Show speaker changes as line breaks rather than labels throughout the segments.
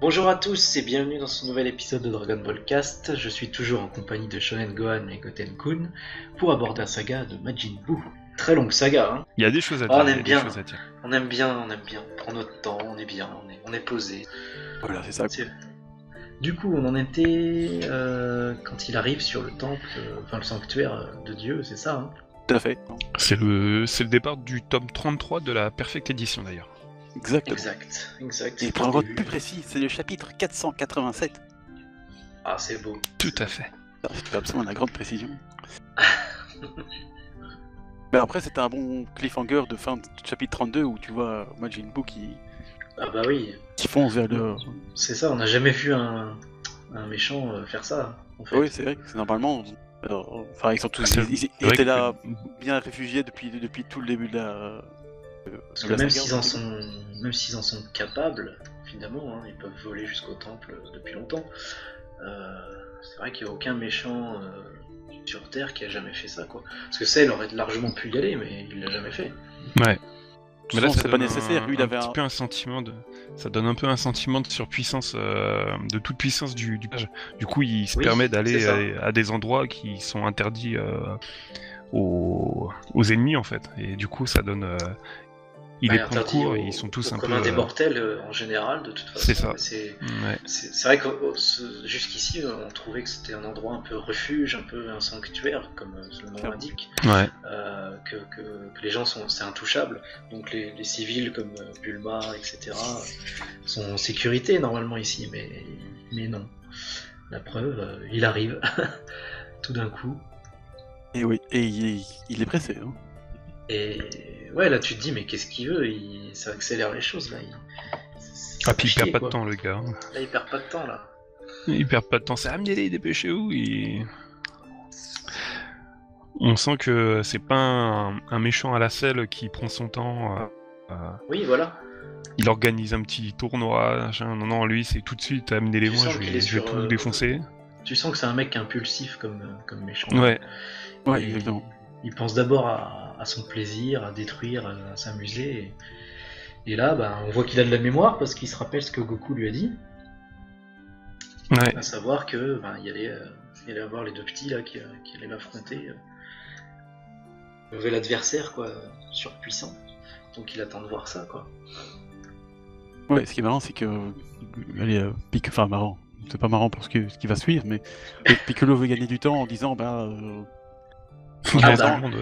Bonjour à tous et bienvenue dans ce nouvel épisode de Dragon Ball Cast. Je suis toujours en compagnie de Shonen Gohan et Goten Kun pour aborder la saga de Majin Buu. Très longue saga, hein
Il y a des choses à dire.
Ah, on
il y a
aime
des
bien.
choses à dire.
On aime bien, on aime bien, on prend notre temps, on est bien, on est, on est posé.
Voilà, c'est ça.
C'est- Du coup, on en était euh, quand il arrive sur le temple, euh, enfin le sanctuaire euh, de Dieu, c'est ça, hein
Tout à fait.
C'est le, c'est le départ du tome 33 de la Perfect Edition d'ailleurs.
Exactement.
Exact, exact.
Et
c'est
pour
le
le rendre
début.
plus précis, c'est le chapitre 487.
Ah, c'est beau.
Tout à fait.
Ça fait absolument de la grande précision. Mais après, c'était un bon cliffhanger de fin de chapitre 32 où tu vois Majin Buu qui,
Ah bah oui,
qui fonce vers le.
c'est ça, on n'a jamais vu un, un méchant euh, faire ça, en fait.
Oui, c'est vrai, que c'est normalement. alors, Enfin, ils sont tous.
C'est-
Ils, ils- ils
C'est vrai
étaient
que-
là bien réfugiés depuis, depuis tout le début de la.
Parce
de
que
la
même
saga,
s'ils en
fait.
sont, même s'ils en sont capables, finalement, hein, ils peuvent voler jusqu'au temple euh, depuis longtemps. Euh, c'est vrai qu'il n'y a aucun méchant euh, sur Terre qui a jamais fait ça, quoi. Parce que Cell aurait largement pu y aller, mais il l'a jamais fait.
Ouais.
Mais là, c'est pas
donne
nécessaire.
Un,
Lui, il
un
avait
petit
un-
peu un sentiment de, ça donne un peu un sentiment de surpuissance, euh, de toute puissance du, du page. Du coup, il se
Oui,
permet
c'est
d'aller
ça.
euh, à, des endroits qui sont interdits euh, aux, aux ennemis en fait. Et du coup, ça donne. euh, il
Bah,
les prend de
interdit
court.
au-
et Ils sont tous
au
un peu.
commun des
euh,
mortels euh, en général, de toute façon.
C'est ça.
mais C'est,
ouais.
c'est- c'est vrai que oh, ce- jusqu'ici, euh, on trouvait que c'était un endroit un peu refuge, un peu un sanctuaire, comme euh, le nom
Clairement.
l'indique.
Ouais.
euh, que, que- que les gens sont c'est intouchable donc les, les civils comme euh, Bulma etc sont en sécurité normalement ici mais mais non la preuve euh, il arrive tout d'un coup
Et oui, et il, il est pressé. hein.
et ouais là tu te dis mais qu'est-ce qu'il veut il, ça accélère les choses là il, ça
Ah, puis il
fait
perd
chier,
pas de
quoi.
temps, le gars. hein.
là il perd pas de temps là
Ils perdent pas de temps, c'est amenez-les, dépêchez-vous. et- On sent que c'est pas un, un méchant à la selle qui prend son temps. euh, euh,
oui voilà
il organise un petit tournoi. machin. Non, non, lui, c'est tout de suite amenez-les
Tu
moi,
sens
je vais,
qu'il est
je vais
sur,
tout
euh,
défoncer.
tu sens que c'est un mec impulsif comme euh, comme méchant
Ouais,
Ouais,
Il-
exactement.
Il pense d'abord à, à son plaisir, à détruire, euh, à s'amuser. Et, et là, ben, on voit qu'il a de la mémoire parce qu'il se rappelle ce que Goku lui a dit,
ouais.
à savoir que ben, il, allait, euh, il allait avoir les deux petits là qui, euh, qui allaient l'affronter. euh. Nouvel adversaire, quoi, euh, surpuissant. Donc il attend de voir ça, quoi.
Ouais, ce qui est marrant, c'est que. Allez, euh, Pic- Enfin, marrant. C'est pas marrant pour ce, que- ce qui va suivre, mais mais Piccolo veut gagner du temps en disant bah. euh,
Il
Ah
reste
bah.
du monde.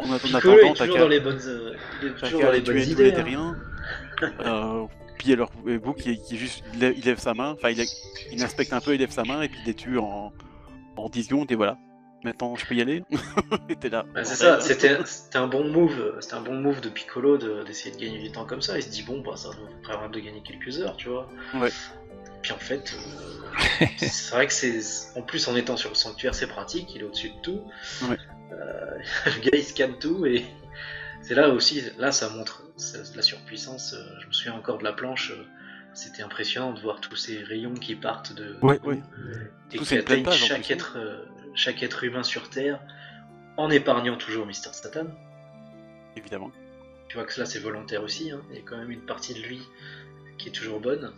en att- en
Piccolo est
attendant, t'as
toujours
qu'à-
dans les bonnes, euh, il est
t'as
toujours
qu'à
dans les
aller
bonnes
tuer tous les
idées. hein.
terriens. Euh, puis alors, euh, Boo qui, qui juste. Il lève, il lève sa main, enfin, il, lève- il inspecte un peu, il lève sa main, et puis il les tue en, en 10 secondes, et voilà. Maintenant, je peux y aller Et t'es là.
Bah, c'est
bordel.
ça, c'était c'était un bon move, c'était un bon move de Piccolo de- d'essayer de, gagner du temps comme ça. Il se dit bon bah ça va nous permettre de gagner quelques heures, tu vois.
Ouais.
Puis en fait, euh, c'est vrai que c'est en plus en étant sur le sanctuaire c'est pratique, il est au-dessus de tout.
Ouais.
Euh, le gars il scanne tout et c'est là aussi là ça montre ça- la surpuissance. euh, Je me souviens encore de la planche. euh, C'était impressionnant de voir tous ces rayons qui partent de,
Ouais, ouais.
et
Tout,
qui
c'est une pleine
atteignent
page, en
chaque
plus. hein.
être, euh, chaque être humain sur Terre en épargnant toujours Mister Satan.
Évidemment.
Tu vois que là c'est volontaire aussi, hein. il y a quand même une partie de lui qui est toujours bonne.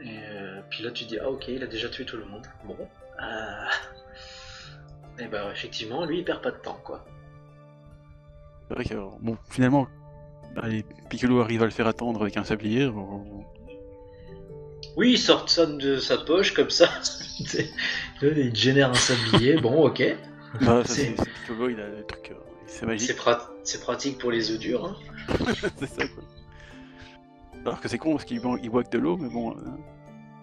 Et euh, puis là tu dis ah ok il a déjà tué tout le monde. Bon. euh, Et bah effectivement lui il perd pas de temps quoi.
C'est vrai que, euh, bon, finalement, allez, Piccolo arrive à le faire attendre avec un sablier. on-
Oui il sort ça de sa poche comme ça. Tu sais, il te génère un sablier, bon ok.
Bah, ça,
C'est-
c'est c'est Piccolo, il a le truc. euh, C'est magique,
C'est prat- c'est pratique pour les œufs durs. hein.
c'est ça quoi. Alors que c'est con parce qu'il boit, il boit que de l'eau, mais bon. euh.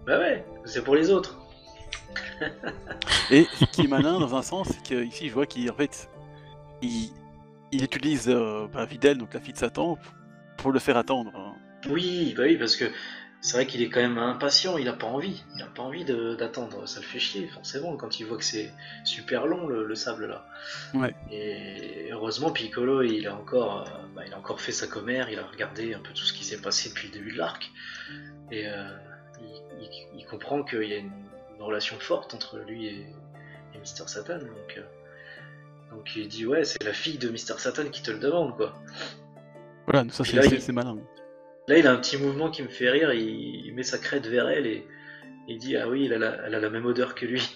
Bah ouais, c'est pour les autres.
Et ce qui est malin dans un sens, c'est qu'ici je vois qu'en fait, il, il utilise euh, bah, Videl, donc la fille de Satan, p- pour le faire attendre. hein.
Oui, bah oui, parce que c'est vrai qu'il est quand même impatient, il a pas envie, il a pas envie de- d'attendre, ça le fait chier, forcément, quand il voit que c'est super long le, le sable là.
Ouais.
Et heureusement, Piccolo, il a encore, euh, bah, il a encore fait sa commère, il a regardé un peu tout ce qui s'est passé depuis le début de l'arc, et euh, il, il- il comprend qu'il y a une, une relation forte entre lui et, et Mister Satan, donc. euh, donc il dit ouais c'est la fille de Mister Satan qui te le demande quoi.
Voilà, donc ça
Puis
c'est
là,
c'est-
il-
c'est malin.
Là, il a un petit mouvement qui me fait rire. Il, il met sa crête vers elle et il dit Ah oui, il a la- elle a la même odeur que lui.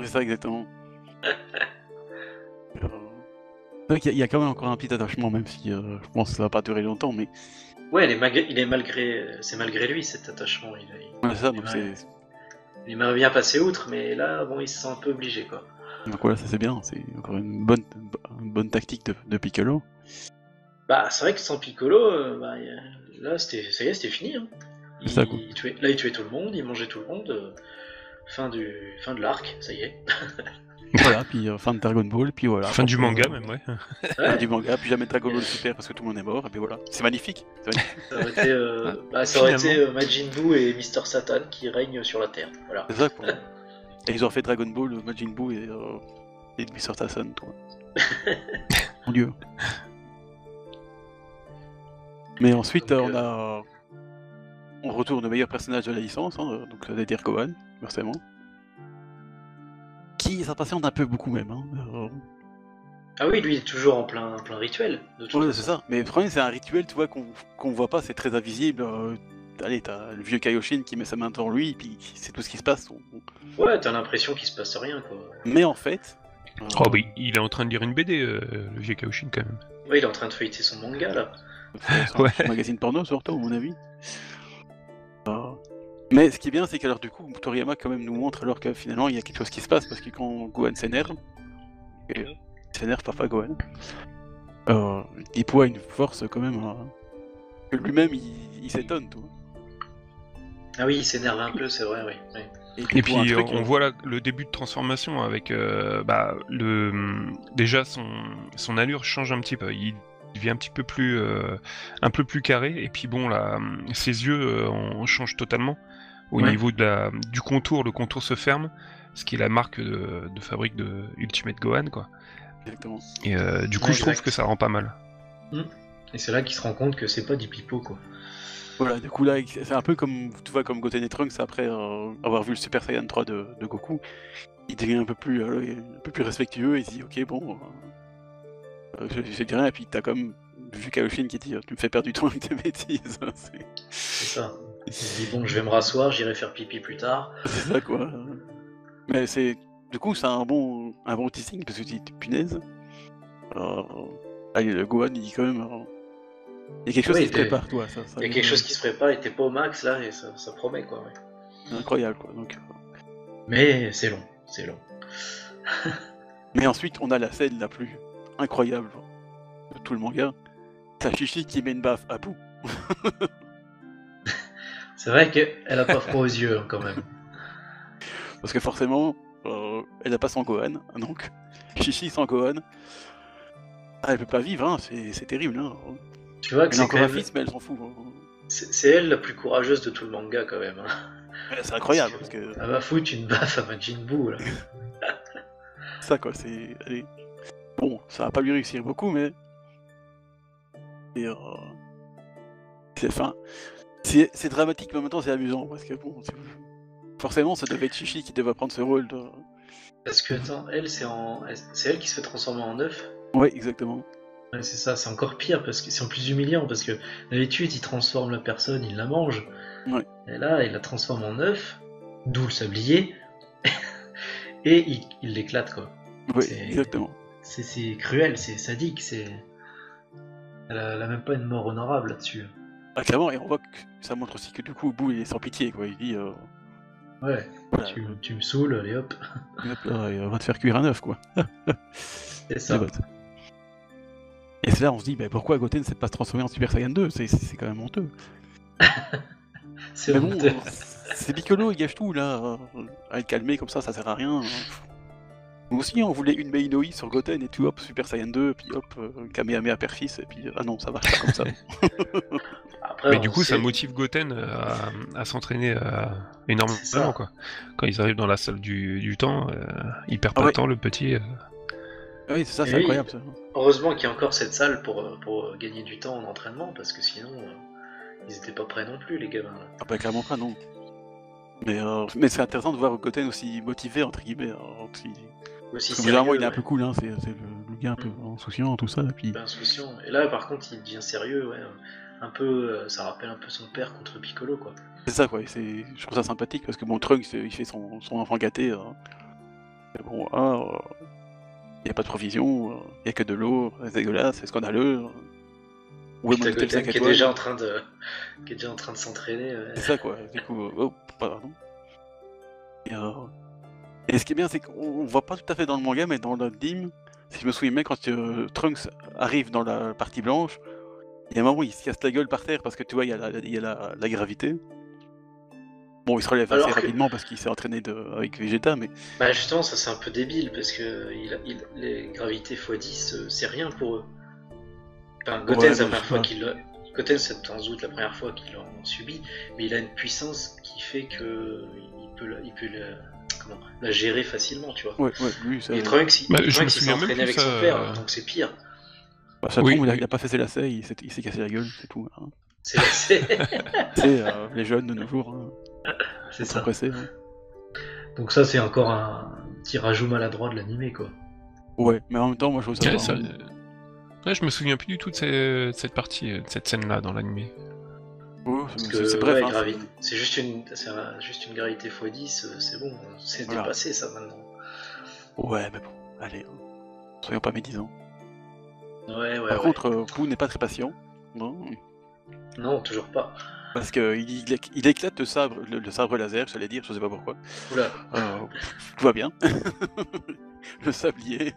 C'est ça, exactement. Euh, donc, Il y, a- il y a quand même encore un petit attachement, même si euh, je pense que ça va pas durer longtemps, mais
Ouais, il est, malgré- il est malgré, c'est malgré lui cet attachement. Il, il-
Ouais, c'est ça, donc
Ouais.
c'est.
il aimerait bien passer outre, mais là, bon, il se sent un peu obligé, quoi.
Donc voilà, ça c'est bien, c'est encore une bonne, une bonne tactique de, de Piccolo.
Bah, c'est vrai que sans Piccolo, euh, bah, il- là, c'était, ça y est, c'était fini. hein. Il,
C'est ça, quoi.
il tuait- là, il tuait tout le monde, il mangeait tout le monde. euh, fin, du, fin de l'arc, ça y est.
Voilà, puis euh, fin de Dragon Ball, puis voilà.
fin du
Après,
manga
euh,
même, ouais.
Fin du manga, puis jamais Dragon Ball Super parce que tout le monde est mort, et puis voilà. C'est magnifique. c'est magnifique.
Ça aurait été, euh, bah, ça aurait été
Finalement.
euh, Majin Buu et Mister Satan qui règnent sur la Terre. Voilà.
C'est ça, quoi. Et ils ont fait Dragon Ball, Majin Buu et, euh, et Mr. Tassan, toi. Mon dieu. Mais ensuite,
Donc,
euh, on a. On retourne au meilleur personnage de la licence, hein, euh, donc ça veut dire Gohan, forcément. Qui s'impatiente un peu beaucoup même. Hein. euh,
Ah oui, lui, il est toujours en plein, plein rituel. De toute
Ouais, c'est
façon.
ça. Mais le problème, c'est un rituel, tu vois, qu'on qu'on voit pas, c'est très invisible. euh, allez, t'as le vieux Kaioshin qui met sa main devant lui, et puis c'est tout ce qui se passe. on- on-
Ouais, t'as l'impression qu'il se passe rien, quoi.
Mais en fait. euh,
Oh, bah, il est en train de lire une BD, euh, le vieux Kaoshin, quand même.
Ouais, il est en train de feuilleter son manga, là.
c'est un
Ouais.
petit magazine porno, surtout, à mon avis. Euh, Mais ce qui est bien, c'est qu'alors, du coup, Toriyama, quand même, nous montre alors que finalement, il y a quelque chose qui se passe, parce que quand Gohan s'énerve, et- s'énerve papa Gohan, euh, il voit une force quand même. hein, que lui-même, il, il s'étonne, tout.
Ah oui, il s'énerve un peu, c'est vrai, oui. oui.
Et
il voit un
puis
truc,
on
euh,
voit là, le début de transformation avec euh, bah, le déjà son son allure change un petit peu. Il devient un petit peu plus euh, un peu plus carré et puis bon là ses yeux euh, en changent totalement au
Ouais.
niveau de la du contour. Le contour se ferme, ce qui est la marque de, de fabrique de Ultimate Gohan quoi.
Exactement.
Et euh, du coup
Ouais,
je trouve
exact.
que ça rend pas mal.
Et c'est là qu'il se rend compte que c'est pas du pipeau, quoi.
Voilà, du coup là, c'est un peu comme, tu vois, comme Goten et Trunks après euh, avoir vu le Super Saiyan 3 de, de Goku, il devient un peu plus, euh, un peu plus respectueux et il se dit, ok, bon, euh, euh, je, je dis rien. Et puis t'as comme vu Kaioshin qui dit, oh, tu me fais perdre du temps avec tes bêtises. hein, c'est
C'est ça. Il se dit, bon, je vais me rasseoir, j'irai faire pipi plus tard.
c'est ça quoi. Mais c'est, du coup, c'est un bon, un bon teasing parce que tu dis, punaise. Euh, allez, le Gohan, il dit quand même, euh, il y a quelque chose
Oui,
qui te
t'es-
prépare, toi. Ça, ça
Il y a
me-
quelque chose qui se prépare, il était pas au max, là, et ça, ça promet, quoi. ouais.
c'est incroyable quoi. Donc,
Mais c'est long, c'est long.
Mais ensuite, on a la scène la plus incroyable de tout le manga. T'as Chichi qui met une baffe à bout.
C'est vrai qu'elle a pas froid aux yeux, hein, quand même.
Parce que forcément, euh, elle a pas son Gohan. Donc, Chichi sans Gohan, ah, elle peut pas vivre, hein, c'est c'est terrible. Hein.
Tu vois que
Elle a
c'est quand
encore un
même...
fils, mais elle s'en fout. hein.
C'est c'est elle la plus courageuse de tout le manga, quand même. hein.
Ouais, C'est incroyable, parce que
Elle va foutre une baffe à Majin Buu, là.
ça, quoi, c'est. allez. Bon, ça va pas lui réussir beaucoup, mais. Et, euh, C'est fin. C'est c'est dramatique, mais en même temps, c'est amusant, parce que bon. c'est- Forcément, ça devait être Chichi qui devait prendre ce rôle de.
Parce que, attends, elle, c'est en... c'est elle qui se fait transformer en œuf
Ouais, exactement.
Ouais, c'est ça, c'est encore pire, parce que c'est en plus humiliant, parce que d'habitude, il transforme la personne, il la mange.
Ouais.
Et là, il la transforme en œuf, d'où le sablier, et il il l'éclate, quoi.
Oui,
C'est-
exactement.
C'est- C'est cruel, c'est sadique, c'est. Elle a, elle a même pas une mort honorable là-dessus.
Ah, clairement, et on voit que ça montre aussi que du coup, Boo, il est sans pitié, quoi. Il dit, euh,
Ouais,
voilà,
tu, tu me saoules, allez hop.
hop là, et on va te faire cuire un œuf, quoi.
C'est ça.
Les bottes. Et c'est là, on se dit, bah, pourquoi Goten ne s'est pas transformé en Super Saiyan 2 C'est- C'est c'est quand même honteux.
C'est
Mais bon,
honteux.
euh, c'est Piccolo, il gâche tout, là. euh, À le calmer comme ça, ça sert à rien. hein. Nous aussi, on voulait une Meinoi sur Goten et tout, hop, Super Saiyan 2, puis hop, euh, Kamehameha père-fils, et puis, euh, ah non, ça marche pas comme ça.
Après,
Mais
on
du coup ça
sait-
motive Goten à, à s'entraîner euh, énormément
C'est ça.
quoi. Quand ils arrivent dans la salle du, du temps, euh, il perd
Ah
pas
ouais.
de temps le petit. euh.
Ah oui, c'est ça,
Et
c'est
Eh oui.
incroyable. ça.
Heureusement qu'il y a encore cette salle pour, euh, pour euh, gagner du temps en entraînement, parce que sinon, euh, ils étaient pas prêts non plus, les gamins. là.
Ah bah clairement pas, non. Mais, euh, mais c'est intéressant de voir Goten aussi motivé, entre guillemets. alors que si-
Aussi
parce que
sérieux,
généralement,
euh,
il est un
ouais.
peu cool, hein, c'est c'est le, le gars un peu insouciant, tout ça. et Puis...
Ben, insouciant. Et là, par contre, il devient sérieux, ouais. un peu, euh, ça rappelle un peu son père contre Piccolo, quoi.
C'est ça, quoi. et c'est- Je trouve ça sympathique parce que bon, Trunks, euh, il fait son, son enfant gâté. hein. Mais Bon, ah, il n'y a pas de provision, il n'y a que de l'eau, c'est dégueulasse, c'est scandaleux. hein. Où est mon
T'as
hôtel
Goten
5
qui est
étoiles
déjà en train de, qui est déjà en train de s'entraîner. euh.
C'est ça, quoi. Du coup, euh, oh, pardon. Et, euh, et ce qui est bien, c'est qu'on on voit pas tout à fait dans le manga, mais dans le dim, si je me souviens bien, quand euh, Trunks arrive dans la partie blanche, il y a un moment où il se casse la gueule par terre parce que tu vois, il y a la, il y a la- la gravité. Bon, il se relève
Alors
assez
que-
rapidement parce qu'il s'est entraîné de- avec Vegeta, mais
Bah justement, ça c'est un peu débile parce que il, il- les gravités x10, euh, c'est rien pour eux. Enfin, Goten,
Ouais,
c'est la
non,
première
je
fois
sais pas.
qu'il l'a- Goten, c'est sans doute la première fois qu'il en subit, mais il a une puissance qui fait que il peut, la- il peut la, comment, la gérer facilement, tu vois.
ouais, ouais, lui, ça,
Et Trunks, il,
Bah, je me
Trunks, il s'est
souviens même
entraîné
plus
avec
ça,
son père,
euh.
donc c'est pire.
bah, ça
Oui.
tombe, il, a, il a pas fait ses lacets, il s'est il s'est cassé la gueule, c'est tout. hein.
C'est- C'est
C'est euh, les jeunes de nos jours, hein,
c'est
ils sont
ça.
pressés. hein.
Donc ça, c'est encore un petit rajout maladroit de l'animé, quoi.
Ouais, mais en même temps, moi je trouve ça.
Ouais, ça, euh, ouais, je me souviens plus du tout de, ces- de cette partie, euh, de cette scène-là dans l'animé.
Ouais,
Parce
c'est-
que,
c'est- c'est
ouais,
bref. hein,
gravi-
c'est-
c'est juste une, c'est un- juste une gravité x10, euh, c'est bon, c'est
Voilà.
dépassé ça maintenant.
Ouais, mais bon, allez, hein. soyons pas médisants.
Ouais, ouais, ouais.
Par contre, euh, Boo n'est pas très patient, non
Non, toujours pas.
parce que il, il éc- il éclate le sabre, le, le sabre laser, j'allais dire, je sais pas pourquoi.
Oula,
Euh, tout va bien. le sablier.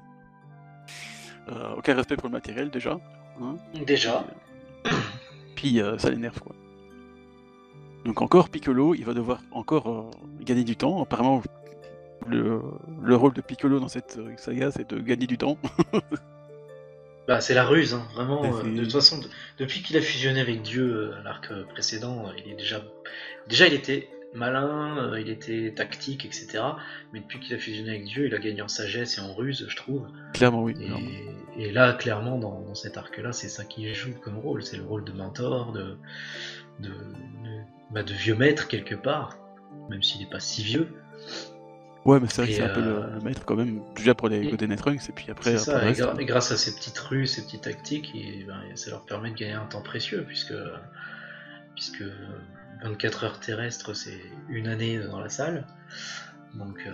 Euh, aucun respect pour le matériel déjà. hein.
déjà.
Puis euh, ça l'énerve quoi. Donc encore Piccolo, il va devoir encore euh, gagner du temps. Apparemment, le, le rôle de Piccolo dans cette euh, saga, c'est de gagner du temps.
Bah, c'est la ruse, hein, vraiment.
Mais
euh,
Bah, c'est-
de toute façon, de- depuis qu'il a fusionné avec Dieu, euh, l'arc euh, précédent, euh, il est déjà. Déjà, il était malin, euh, il était tactique, etc. Mais depuis qu'il a fusionné avec Dieu, il a gagné en sagesse et en ruse, je trouve.
Clairement, oui.
Et,
clairement.
et là, clairement, dans, dans cet arc-là, c'est ça qu'il joue comme rôle. C'est le rôle de mentor, de, de, de- bah, de vieux maître, quelque part. Même s'il n'est pas si vieux.
Ouais, mais c'est vrai
Et,
que c'est un peu
euh,
le, le maître quand même, déjà pour les
et-
Golden Trunks, et puis après.
C'est
euh,
ça,
pour le
et,
reste,
gra-
quoi.
et grâce à ces petites ruses, ces petites tactiques, et, ben, ça leur permet de gagner un temps précieux, puisque, puisque 24 heures terrestres, c'est une année dans la salle. Donc, euh,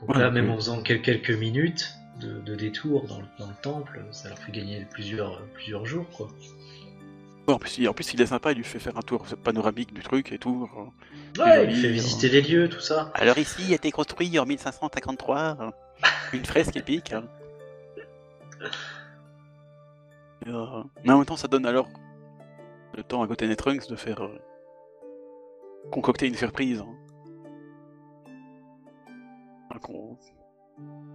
donc
Ouais,
là,
donc,
même
euh,
en faisant quel- quelques minutes de, de détour dans le, dans le temple, ça leur fait gagner plusieurs, plusieurs jours. Quoi.
Ouais, en, plus, il, en plus, il est sympa, il lui fait faire un tour panoramique du truc et tout.
Ouais,
Et
il fait
euh,
visiter les lieux, tout ça.
Alors ici, a été construit en 1553, hein, une fresque épique. hein. Et, euh, mais en même temps, ça donne alors le temps à Goten et Trunks de faire euh, concocter une surprise. hein. Enfin, Qu'on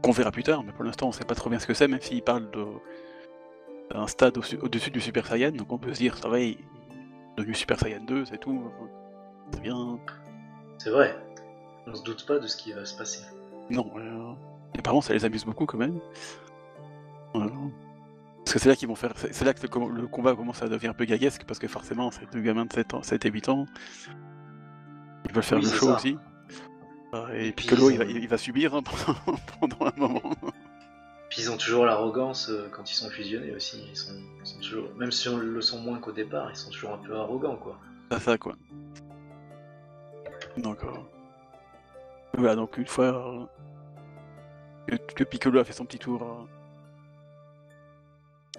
qu'on verra plus tard, mais pour l'instant, on sait pas trop bien ce que c'est, même s'il parle de d'un stade au- au-dessus du Super Saiyan, donc on peut se dire, ça va, il est devenu Super Saiyan 2, c'est tout. hein. C'est bien.
C'est vrai. On se doute pas de ce qui va se passer.
Non, euh, les parents, ça les amuse beaucoup quand même. Euh, Parce que c'est là qu'ils vont faire. C'est c'est là que le, com- le combat commence à devenir un peu gaguesque, parce que forcément, c'est deux gamins de 7, ans, 7 et 8 ans. Ils veulent faire
Oui,
le
c'est
show
ça.
aussi. Euh, Et
puis,
Piccolo,
ils
il va,
ont-
il va subir hein, pendant, pendant un moment.
Puis ils ont toujours l'arrogance euh, quand ils sont fusionnés aussi. Ils sont, ils sont toujours, même si on le sent moins qu'au départ, ils sont toujours un peu arrogants, quoi.
C'est ça, quoi. Donc, euh, voilà, donc une fois euh, que, que Piccolo a fait son petit tour,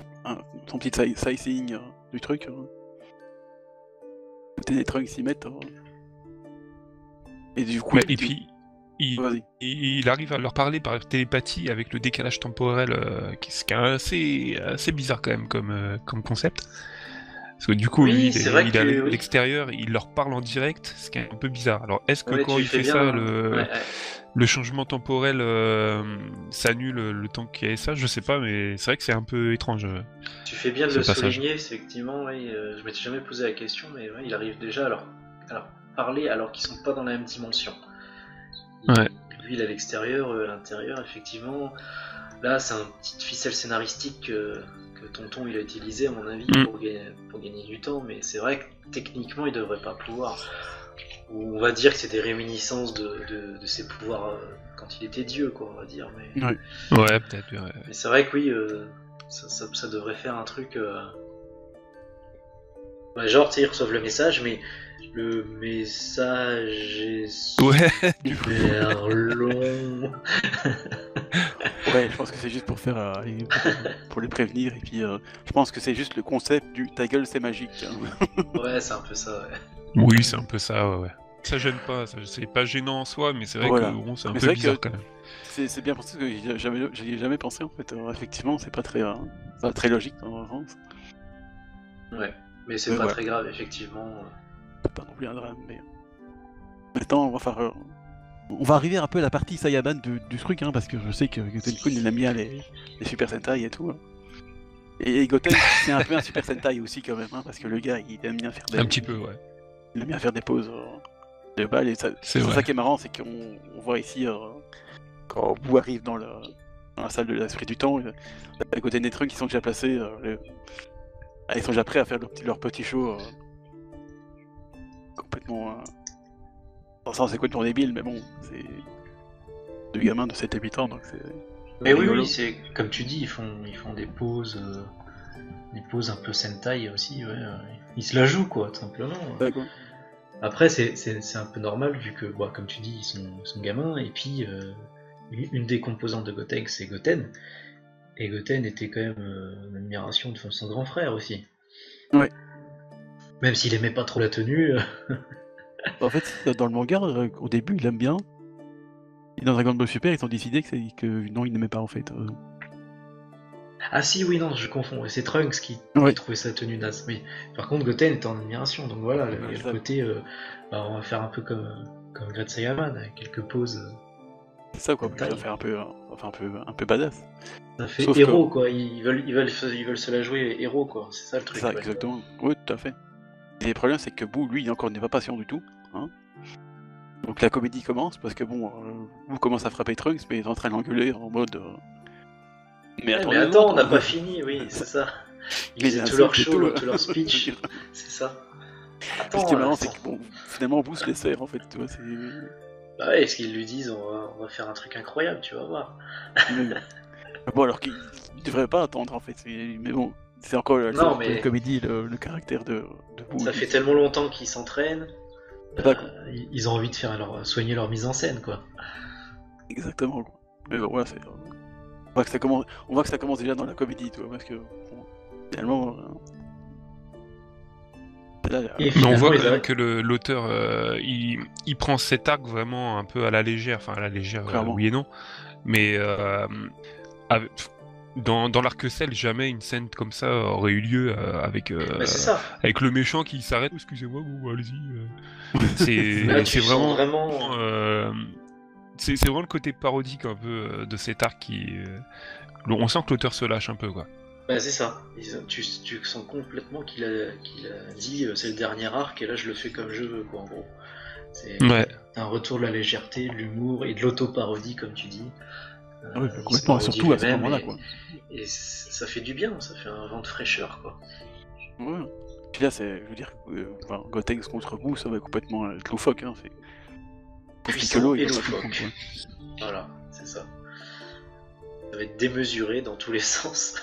euh, hein, son petit sight- sightseeing euh, du truc, euh, les Trunks s'y mettent. euh, et du coup,
Ouais,
il
et
dit-
puis, il,
vas-y.
il- il arrive à leur parler par télépathie avec le décalage temporel, euh, qui, ce qui est assez, assez bizarre quand même comme, euh, comme concept. Parce que du coup,
Oui,
lui, il,
c'est
est-
vrai
il est à
que- oui.
l'extérieur, il leur parle en direct, ce qui est un peu bizarre. Alors, est-ce que
Ouais,
quand
tu
il
fais
fait
bien,
ça,
hein.
le,
Ouais, ouais.
le changement temporel euh, s'annule le temps qu'il y a ça Je sais pas, mais c'est vrai que c'est un peu étrange.
Tu fais bien de
ce
le
passage.
souligner, effectivement. Oui, euh, je m'étais jamais posé la question, mais ouais, il arrive déjà à leur, à leur parler alors qu'ils sont pas dans la même dimension. Il-
Ouais.
Lui, il est à l'extérieur, eux, à l'intérieur, effectivement. Là, c'est un petite ficelle scénaristique que, que Tonton il a utilisé, à mon avis,
Mm.
pour, gagner, pour gagner du temps, mais c'est vrai que techniquement, il devrait pas pouvoir. Ou on va dire que c'est des réminiscences de, de- de ses pouvoirs euh, quand il était dieu, quoi, on va dire. Mais...
Ouais, peut-être. ouais.
Mais c'est vrai que oui, euh, ça, ça- ça devrait faire un truc. euh, Bah, genre, tu sais, ils reçoivent le message, mais le message est
Ouais,
super long.
Ouais, je pense que c'est juste pour faire euh, et pour- pour les prévenir et puis euh, je pense que c'est juste le concept du ta gueule c'est magique. hein.
Ouais, c'est un peu ça. ouais.
oui, c'est un peu ça, ouais, ouais. Ça gêne pas, ça- c'est pas gênant en soi, mais c'est vrai
Voilà.
que bon, c'est un
Mais c'est
peu
vrai que-
bizarre quand même.
C'est c'est bien pensé parce que j'y ai jamais, j'y ai jamais pensé en fait. Euh, effectivement, c'est pas très euh, pas très logique en France.
Mais c'est
Mais
pas
ouais.
très grave, effectivement.
C'est pas non plus un drame. Mais maintenant, on va faire. euh,
On va arriver un peu à la partie Saiyaman du, du truc, hein, parce que je sais que
Gotenku, il aime bien les, les Super Sentai et tout. hein. Et Goten, c'est un peu un Super Sentai aussi quand même, hein, parce que le gars, il aime bien faire des,
Un petit peu, ouais.
il aime bien faire des pauses euh, de balle. Et ça,
C'est
c'est
vrai.
ça qui est marrant, c'est qu'on on voit ici, euh, quand Bou arrive dans, le- dans la salle de l'esprit du temps, euh, à côté des trucs, ils sont déjà placés, euh, le- ah, ils sont déjà prêts à faire leur petit, leur petit show. euh, complètement. euh, Dans le sens, c'est complètement débile, mais bon, c'est. Du gamin de 7-8 ans, donc c'est.
Mais oui,
Rigolo.
oui, c'est comme tu dis, ils font, ils font des pauses, euh, des pauses un peu Sentai aussi. Ouais, euh, ils se la jouent quoi, tout simplement. Après, c'est- c'est c'est un peu normal vu que, bah, comme tu dis, ils sont, ils sont gamins. Et puis, euh, une une des composantes de Goten, c'est Goten. Et Goten était quand même euh, une admiration de son grand frère aussi.
Ouais.
Même s'il aimait pas trop la tenue. euh,
Bah,
En fait, dans le manga, euh, au début, il aime bien. Et dans Dragon Ball Super, ils ont décidé que, c'est- que non, il n'aimait pas en fait. Euh,
Ah si, oui, non, je confonds. C'est Trunks qui,
Ouais.
qui trouvait sa tenue naze. Mais par contre, Goten était en admiration. Donc voilà, le-
Ouais,
il y a
ça.
le côté, euh, bah, on va faire un peu comme, euh, comme Great Saiyaman, avec quelques poses. euh,
C'est ça quoi,
Taille.
ça fait un peu, ça fait un peu, un peu badass.
Ça fait
Sauf que-
héros, quoi. Ils veulent, ils, veulent, se- ils veulent se la jouer héros, quoi. C'est ça le
C'est
truc.
ça,
ouais.
exactement. Oui, tout à fait. Et le problème, c'est que Boo, lui, il encore n'est pas patient du tout. hein. Donc la comédie commence parce que bon, euh, Boo commence à frapper Trunks, mais il est en train de l'engueuler en mode. euh,
Ouais, Mais
attendez-moi,
attends, on n'a
attendez-moi.
pas fini, oui, c'est ça. Ils
Mais
faisaient
il y a
tout
un
leur
truc et
show,
tout,
tout leur speech,
Je veux dire,
c'est ça.
Ce
Attends,
qui est marrant,
euh,
c'est que bon, finalement, Boo se laisse faire en fait. Tu vois, c'est. Mais
bah ouais, est-ce qu'ils lui disent on va, on va faire un truc incroyable, tu vas voir.
bon. Bon, alors qu'il il devrait pas attendre en fait. c'est- Mais bon, c'est encore la
Non, mais-
comédie, le, le caractère de, de Boo.
Ça
il-
fait tellement longtemps qu'ils s'entraînent, euh,
D'accord.
ils- ils ont envie de faire leur, soigner leur mise en scène, quoi.
Exactement. quoi. Mais bon, voilà, c'est. euh, On voit, que ça commence... on voit que ça commence déjà dans la comédie, tu vois, parce que bon, finalement. euh, là, là,
Et
Mais on
finalement,
voit
ils
quand même
arrêtent.
que le- l'auteur, euh, il, il prend cet arc vraiment un peu à la légère, enfin à la légère, euh,
Clairement.
oui et non, mais euh, avec- dans, dans l'arc sel, jamais une scène comme ça aurait eu lieu euh, avec, euh,
Bah, c'est ça.
avec le méchant qui s'arrête, Oh, excusez-moi, bon, allez-y. euh.
Là,
C'est c'est
tu sens
vraiment...
vraiment.
euh, c'est c'est vraiment le côté parodique un peu euh, de cet arc qui... euh, on sent que l'auteur se lâche un peu, quoi.
Bah, c'est ça. Ils- tu, tu sens complètement qu'il a, qu'il a dit euh, c'est le dernier arc et là je le fais comme je veux, quoi, en gros. C'est
Ouais.
un retour de la légèreté, de l'humour et de l'auto-parodie, comme tu dis.
ah oui,
Euh, il se
complètement,
parodie
surtout à ce
lui-même
moment-là,
et-
quoi.
Et c- ça fait du bien, ça fait un vent de fraîcheur, quoi.
ouais. Puis là, c'est. Je veux dire, euh, enfin, Gotenks contre Boo, ça va être complètement euh, loufoque, hein. C'est. Pour
Puissant
Piccolo,
et
il va pas
loufoque.
comprendre, quoi.
Voilà, c'est ça. Ça va être démesuré dans tous les sens.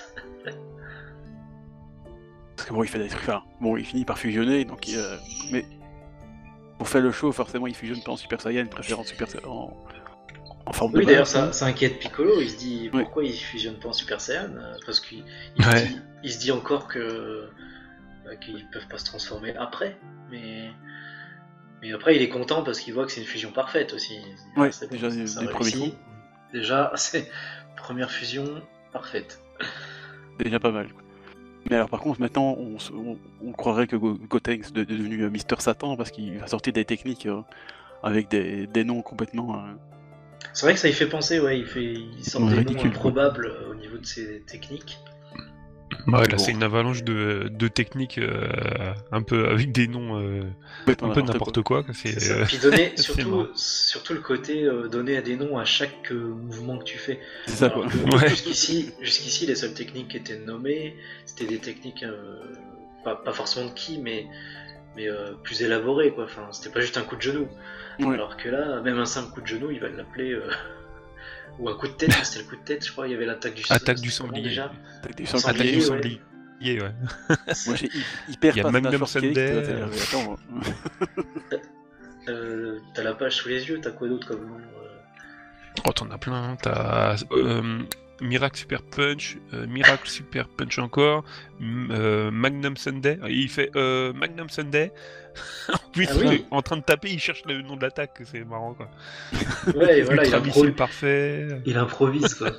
Parce que bon, il fait des trucs. Enfin, bon, il finit par fusionner, donc. euh, Mais. Pour faire le show, forcément, il fusionne pas en Super Saiyan, il préfère en Super Saiyan. En, en forme de.
Oui, d'ailleurs,
base,
ça,
hein.
ça inquiète Piccolo. Il se dit
Oui.
pourquoi il fusionne pas en Super Saiyan euh, Parce qu'il il se
Ouais.
dit- il se dit encore que bah, qu'ils peuvent pas se transformer après. Mais mais après, il est content parce qu'il voit que c'est une fusion parfaite aussi.
Ouais,
Ah, c'est bon,
déjà,
ça-
du-
ça
du
réussit.
premier coup.
Déjà, c'est première fusion parfaite.
C'est déjà pas mal. quoi. Mais alors par contre, maintenant, on, se- on- on croirait que Go- Gotenks de- est devenu euh, Mister Satan parce qu'il a sorti des techniques euh, avec des, des noms complètement... euh,
C'est vrai que ça y fait penser, ouais, il fait, il sort
Ouais,
des noms
ridicule, quoi.
improbables euh, au niveau de ses techniques.
Bah ouais,
Bon.
là, c'est une avalanche de, de techniques euh, un peu avec des noms euh,
complètement
un peu n'importe quoi. quoi,
C'est
C'est
ça.
euh,
Puis donner,
c'est
surtout,
marrant.
surtout le côté euh, donner des noms à chaque euh, mouvement que tu fais.
C'est ça quoi.
Alors que
Ouais.
Jusqu'ici, jusqu'ici, les seules techniques qui étaient nommées, c'était des techniques euh, pas, pas forcément de qui, mais mais euh, plus élaborées quoi. Enfin, c'était pas juste un coup de genou.
Ouais.
Alors que là, même un simple coup de genou, ils va l'appeler euh, ou un coup de tête. C'était le coup de tête, je crois. Il y avait l'attaque du
attaque du
c'était comment
sanglier.
déjà.
Avec des
Sanglier,
Attaque du
ouais.
sangliers,
sanglier. Yeah, ouais.
Moi j'ai hy- hyper
Il y a
pas
Magnum
Smash Orchid,
Sunday,
là, t'es là,
euh,
mais attends, hein. moi.
Euh, t'as la page sous les yeux, t'as quoi d'autre comme nom euh,
Oh, t'en as plein. hein. T'as euh, Miracle Super Punch, euh, Miracle Super Punch encore, m- euh, Magnum Sunday. Il fait euh, Magnum Sunday. en plus,
Ah oui.
en train de taper, il cherche le nom de l'attaque. C'est marrant, quoi.
Ouais, voilà, il
Ultra missile
improvise,
parfait.
il improvise quoi.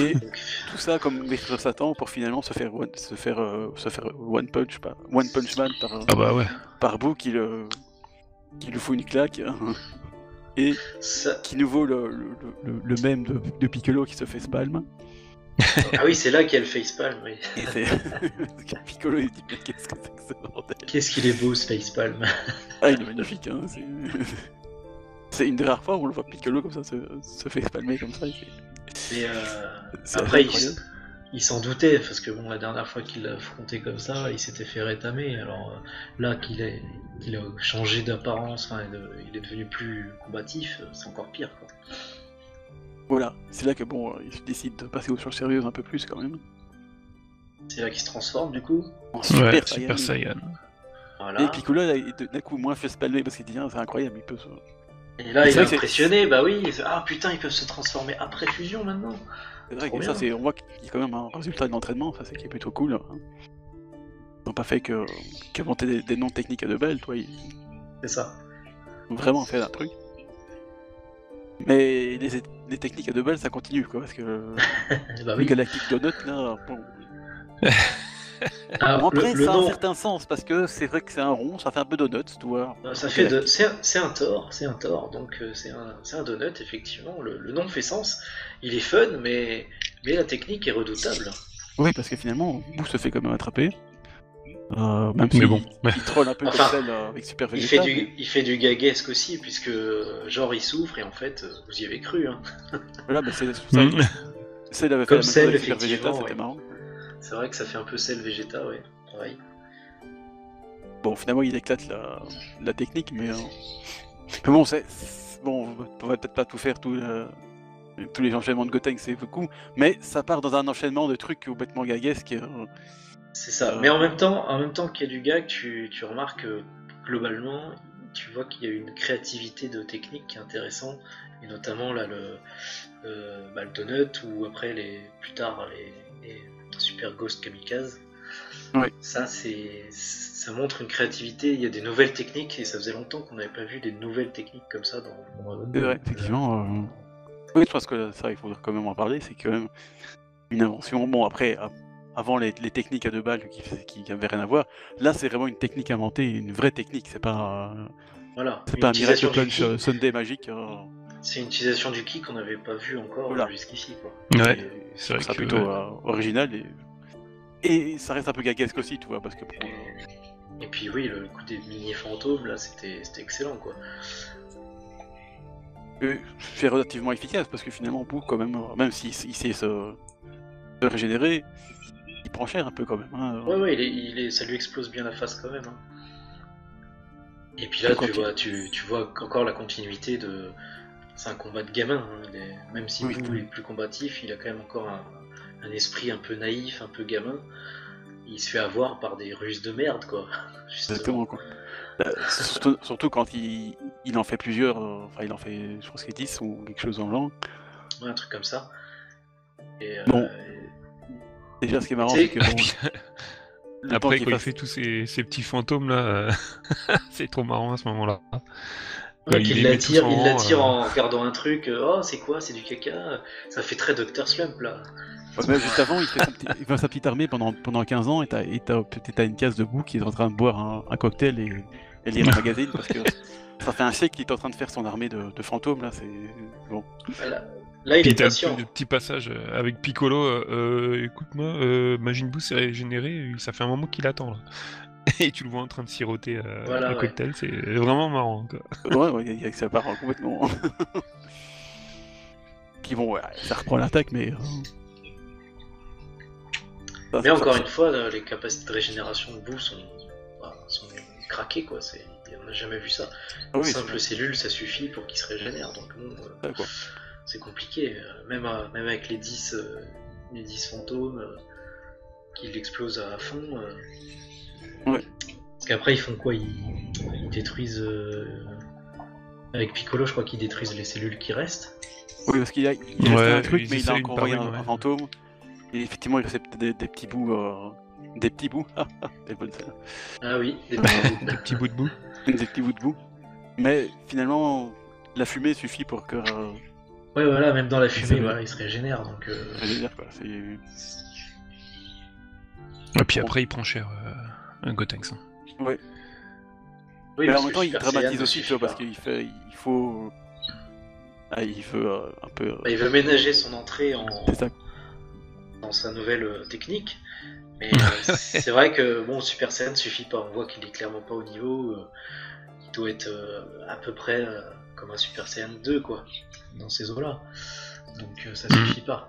Et
Donc,
tout ça comme maître de Satan pour finalement se faire one, se faire, euh, se faire one punch, pas, one punch man par,
Ah bah ouais.
par bout qui le, qui lui fout une claque. Et
ça-
qui nous vaut le, le, le-
Le, le même de, de Piccolo qui se fait spalm.
Ah oui, c'est là qu'il y a le facepalm. Oui.
et c'est- Piccolo il dit mais qu'est-ce que c'est que ce bordel
Qu'est-ce qu'il est beau ce facepalm.
Ah il est magnifique hein c'est... c'est une des rares fois où on le voit Piccolo comme ça se, se fait spalmer comme ça. et c'est-
Mais euh,
c'est
après, il,
incroyable.
s- il s'en doutait parce que bon, la dernière fois qu'il l'a affronté comme ça, il s'était fait rétamer. Alors euh, là qu'il est, qu'il a changé d'apparence, enfin, de- il est devenu plus combatif, euh, c'est encore pire. Quoi.
Voilà, c'est là que bon, euh, il décide de passer aux choses sérieuses un peu plus quand même.
C'est là qu'il se transforme du coup.
En
ouais
Super
Super
Saiyan.
Saiyan. Ah,
Voilà.
Et Piccolo, là, il est d'un coup, moins fait spalmer parce qu'il dit, ah, c'est incroyable, il peut se.
Et là,
C'est
il est
vrai que c'est-
impressionné, bah oui, il fait, ah putain, ils peuvent se transformer après fusion maintenant.
C'est vrai
Trop
que ça,
bien.
c'est, on voit qu'il y a quand même un résultat de l'entraînement, ça, c'est qui est plutôt cool. hein. Ils n'ont pas fait que, que monter des, des noms techniques à deux balles, toi, ils
C'est ça.
ont vraiment fait un truc. Mais les, les techniques à deux balles, ça continue, quoi, parce que le,
Bah oui.
Galactic Donut, là, bon.
Alors,
Après,
Ah, le, le
ça a un
nom,
certain sens, parce que c'est vrai que c'est un rond, ça fait un peu Donut, tu vois.
euh, ça fait de, c'est un, c'est un tort, c'est un tort, donc euh, c'est un, c'est un donut effectivement. Le, le nom fait sens, il est fun, mais mais la technique est redoutable.
Oui, parce que finalement, Boo se fait quand même attraper. Euh, même
Mais
si
bon.
il troll un peu
Enfin,
comme ça là, avec Super
Il
Vegeta.
fait du, il fait du gaguesque aussi, puisque euh, genre il souffre et en fait euh, vous y avez cru. Hein.
mais Voilà, mais c'est ça.
Hmm.
Cell avait fait
Comme
la même chose
Cell,
avec Super Vegeta,
effectivement,
c'était
ouais.
marrant.
C'est vrai que ça fait un peu celle Vegeta, ouais. Pareil.
Bon, finalement, il éclate la, la technique, mais, euh, mais bon, c'est c'est- bon, on va peut-être pas tout faire, tout, euh, tous les enchaînements de Gotenks, c'est beaucoup, mais ça part dans un enchaînement de trucs complètement gaguesques. euh,
C'est ça.
Euh.
Mais en même temps, en même temps qu'il y a du gag, tu, tu remarques que globalement, tu vois qu'il y a une créativité de technique qui est intéressante, et notamment là le, euh, bah, le donut ou après les plus tard les, les super ghost kamikaze.
Ouais.
Ça c'est ça montre une créativité. Il y a des nouvelles techniques et ça faisait longtemps qu'on n'avait pas vu des nouvelles techniques comme ça dans. dans-
C'est vrai, effectivement. euh, Oui, je pense que ça, il faudrait quand même en parler, c'est quand même une invention. Bon, après, a- avant les, les techniques à deux balles qui faisaient- qui n'avaient rien à voir, là, c'est vraiment une technique inventée, une vraie technique, c'est pas, euh,
Voilà.
c'est pas un
utilisation
miracle
du
punch
ki.
euh, Sunday magique. euh,
C'est une utilisation du ki qu'on n'avait pas vu encore
Voilà.
jusqu'ici quoi.
Ouais.
Et
c'est vrai
je trouve ça
que,
plutôt
ouais.
euh, original et... et ça reste un peu gaguesque aussi, tu vois, parce que bon, euh,
Et puis oui, le coup des mini fantômes là, c'était c'était excellent quoi.
euh, c'est relativement efficace parce que finalement, Boo, quand même, euh, même s'il s- il sait se... se régénérer, il prend cher un peu quand même. hein.
Ouais ouais, il est, il est- ça lui explose bien la face quand même. hein. Et puis là,
Je
tu
continue.
vois, tu, tu vois encore la continuité de. C'est un combat de gamin. hein, il est- Même si
Oui,
Boo
oui.
est plus combatif, il a quand même encore un, un esprit un peu naïf, un peu gamin. Il se fait avoir par des ruses de merde quoi. Justement.
Exactement, quoi. Euh, surtout, surtout quand il, il en fait plusieurs, euh, enfin il en fait, je pense qu'il 10 ou quelque chose en genre.
Ouais, un truc comme ça. Et, euh,
Bon. Déjà, ce qui est marrant,
C'est-
c'est que bon, le temps
Après,
qu'il
quand il
passe-
fait tous ces, ces petits fantômes là, euh, c'est trop marrant à ce moment-là.
Ouais,
Quand
puis
il
il
les met tous
l'attire,
en
il
rang,
l'attire
euh.
en regardant un truc. euh, Oh, c'est quoi C'est du caca. Ça fait très Dr Slump là.
Ouais, mais juste avant, il fait son petit-
Il va sa petite armée pendant, pendant 15 ans et t'as, et t'as, et t'as une case debout qui est en train de boire un, un cocktail et
et lire un magazine parce que ça fait un siècle qu'il est en train de faire son armée de, de fantômes là. C'est bon.
Voilà. Là, il
Puis
est
t'as un
patient.
petit- petit passage euh, avec Piccolo. euh, euh, Écoute-moi, euh, Majin Buu s'est régénéré, euh, ça fait un moment qu'il attend là. Et tu le vois en train de siroter euh,
Voilà,
un
ouais.
cocktail, c'est vraiment marrant. Quoi.
Ouais, ouais, il y a que ça part hein, complètement. Qui vont, ouais, ça reprend
reprend l'attaque, mais euh,
ça,
Mais
ça-
encore
ça-
une fois, là, les capacités de régénération de Boo sont, bah, sont craquées, quoi. C'est- On n'a jamais vu ça.
Ah oui,
Une
c'est
simple cellule, ça suffit pour qu'il se régénère. Donc, bon, euh,
ça, quoi.
c'est compliqué. Euh, Même, euh, même avec les 10, euh, les 10 fantômes, euh, qu'il explose à fond. euh.
Ouais.
Parce qu'après, ils font quoi ils, ils détruisent. euh, Avec Piccolo, je crois qu'ils détruisent les cellules qui restent.
Oui, parce qu'il y a, il
Ouais,
restait un truc,
ils
mais il a
essaient une
encore envoyé
par
un,
une, ouais.
un fantôme. Et effectivement, il restait peut-être des, des petits bouts. euh, Des petits bouts. Ah, ah, elle est bonne, celle-là.
Ah oui, des
Des petits bouts de boue.
Des petits bouts de boue. Mais finalement, la fumée suffit pour que. euh,
Ouais, voilà, même dans la
Ça
fumée,
va.
voilà, ils se régénèrent. Donc, euh,
je veux dire, quoi. c'est-
Et Ah, puis après, il prend cher, euh, Gotenks. hein.
Oui,
mais
parce
en même
que
temps, il
Super
dramatise
Saiyan
aussi,
ne
tu vois, parce
suffit
qu'il fait, il faut. Ah, il veut euh, un peu. euh,
pas. Bah, Il veut ménager son entrée en...
C'est ça.
dans sa nouvelle euh, technique. Mais euh, c'est vrai que bon, Super Saiyan suffit pas. On voit qu'il est clairement pas au niveau. euh, il doit être euh, à peu près euh, comme un Super Saiyan 2, quoi, dans ces eaux-là. Donc euh, ça suffit pas.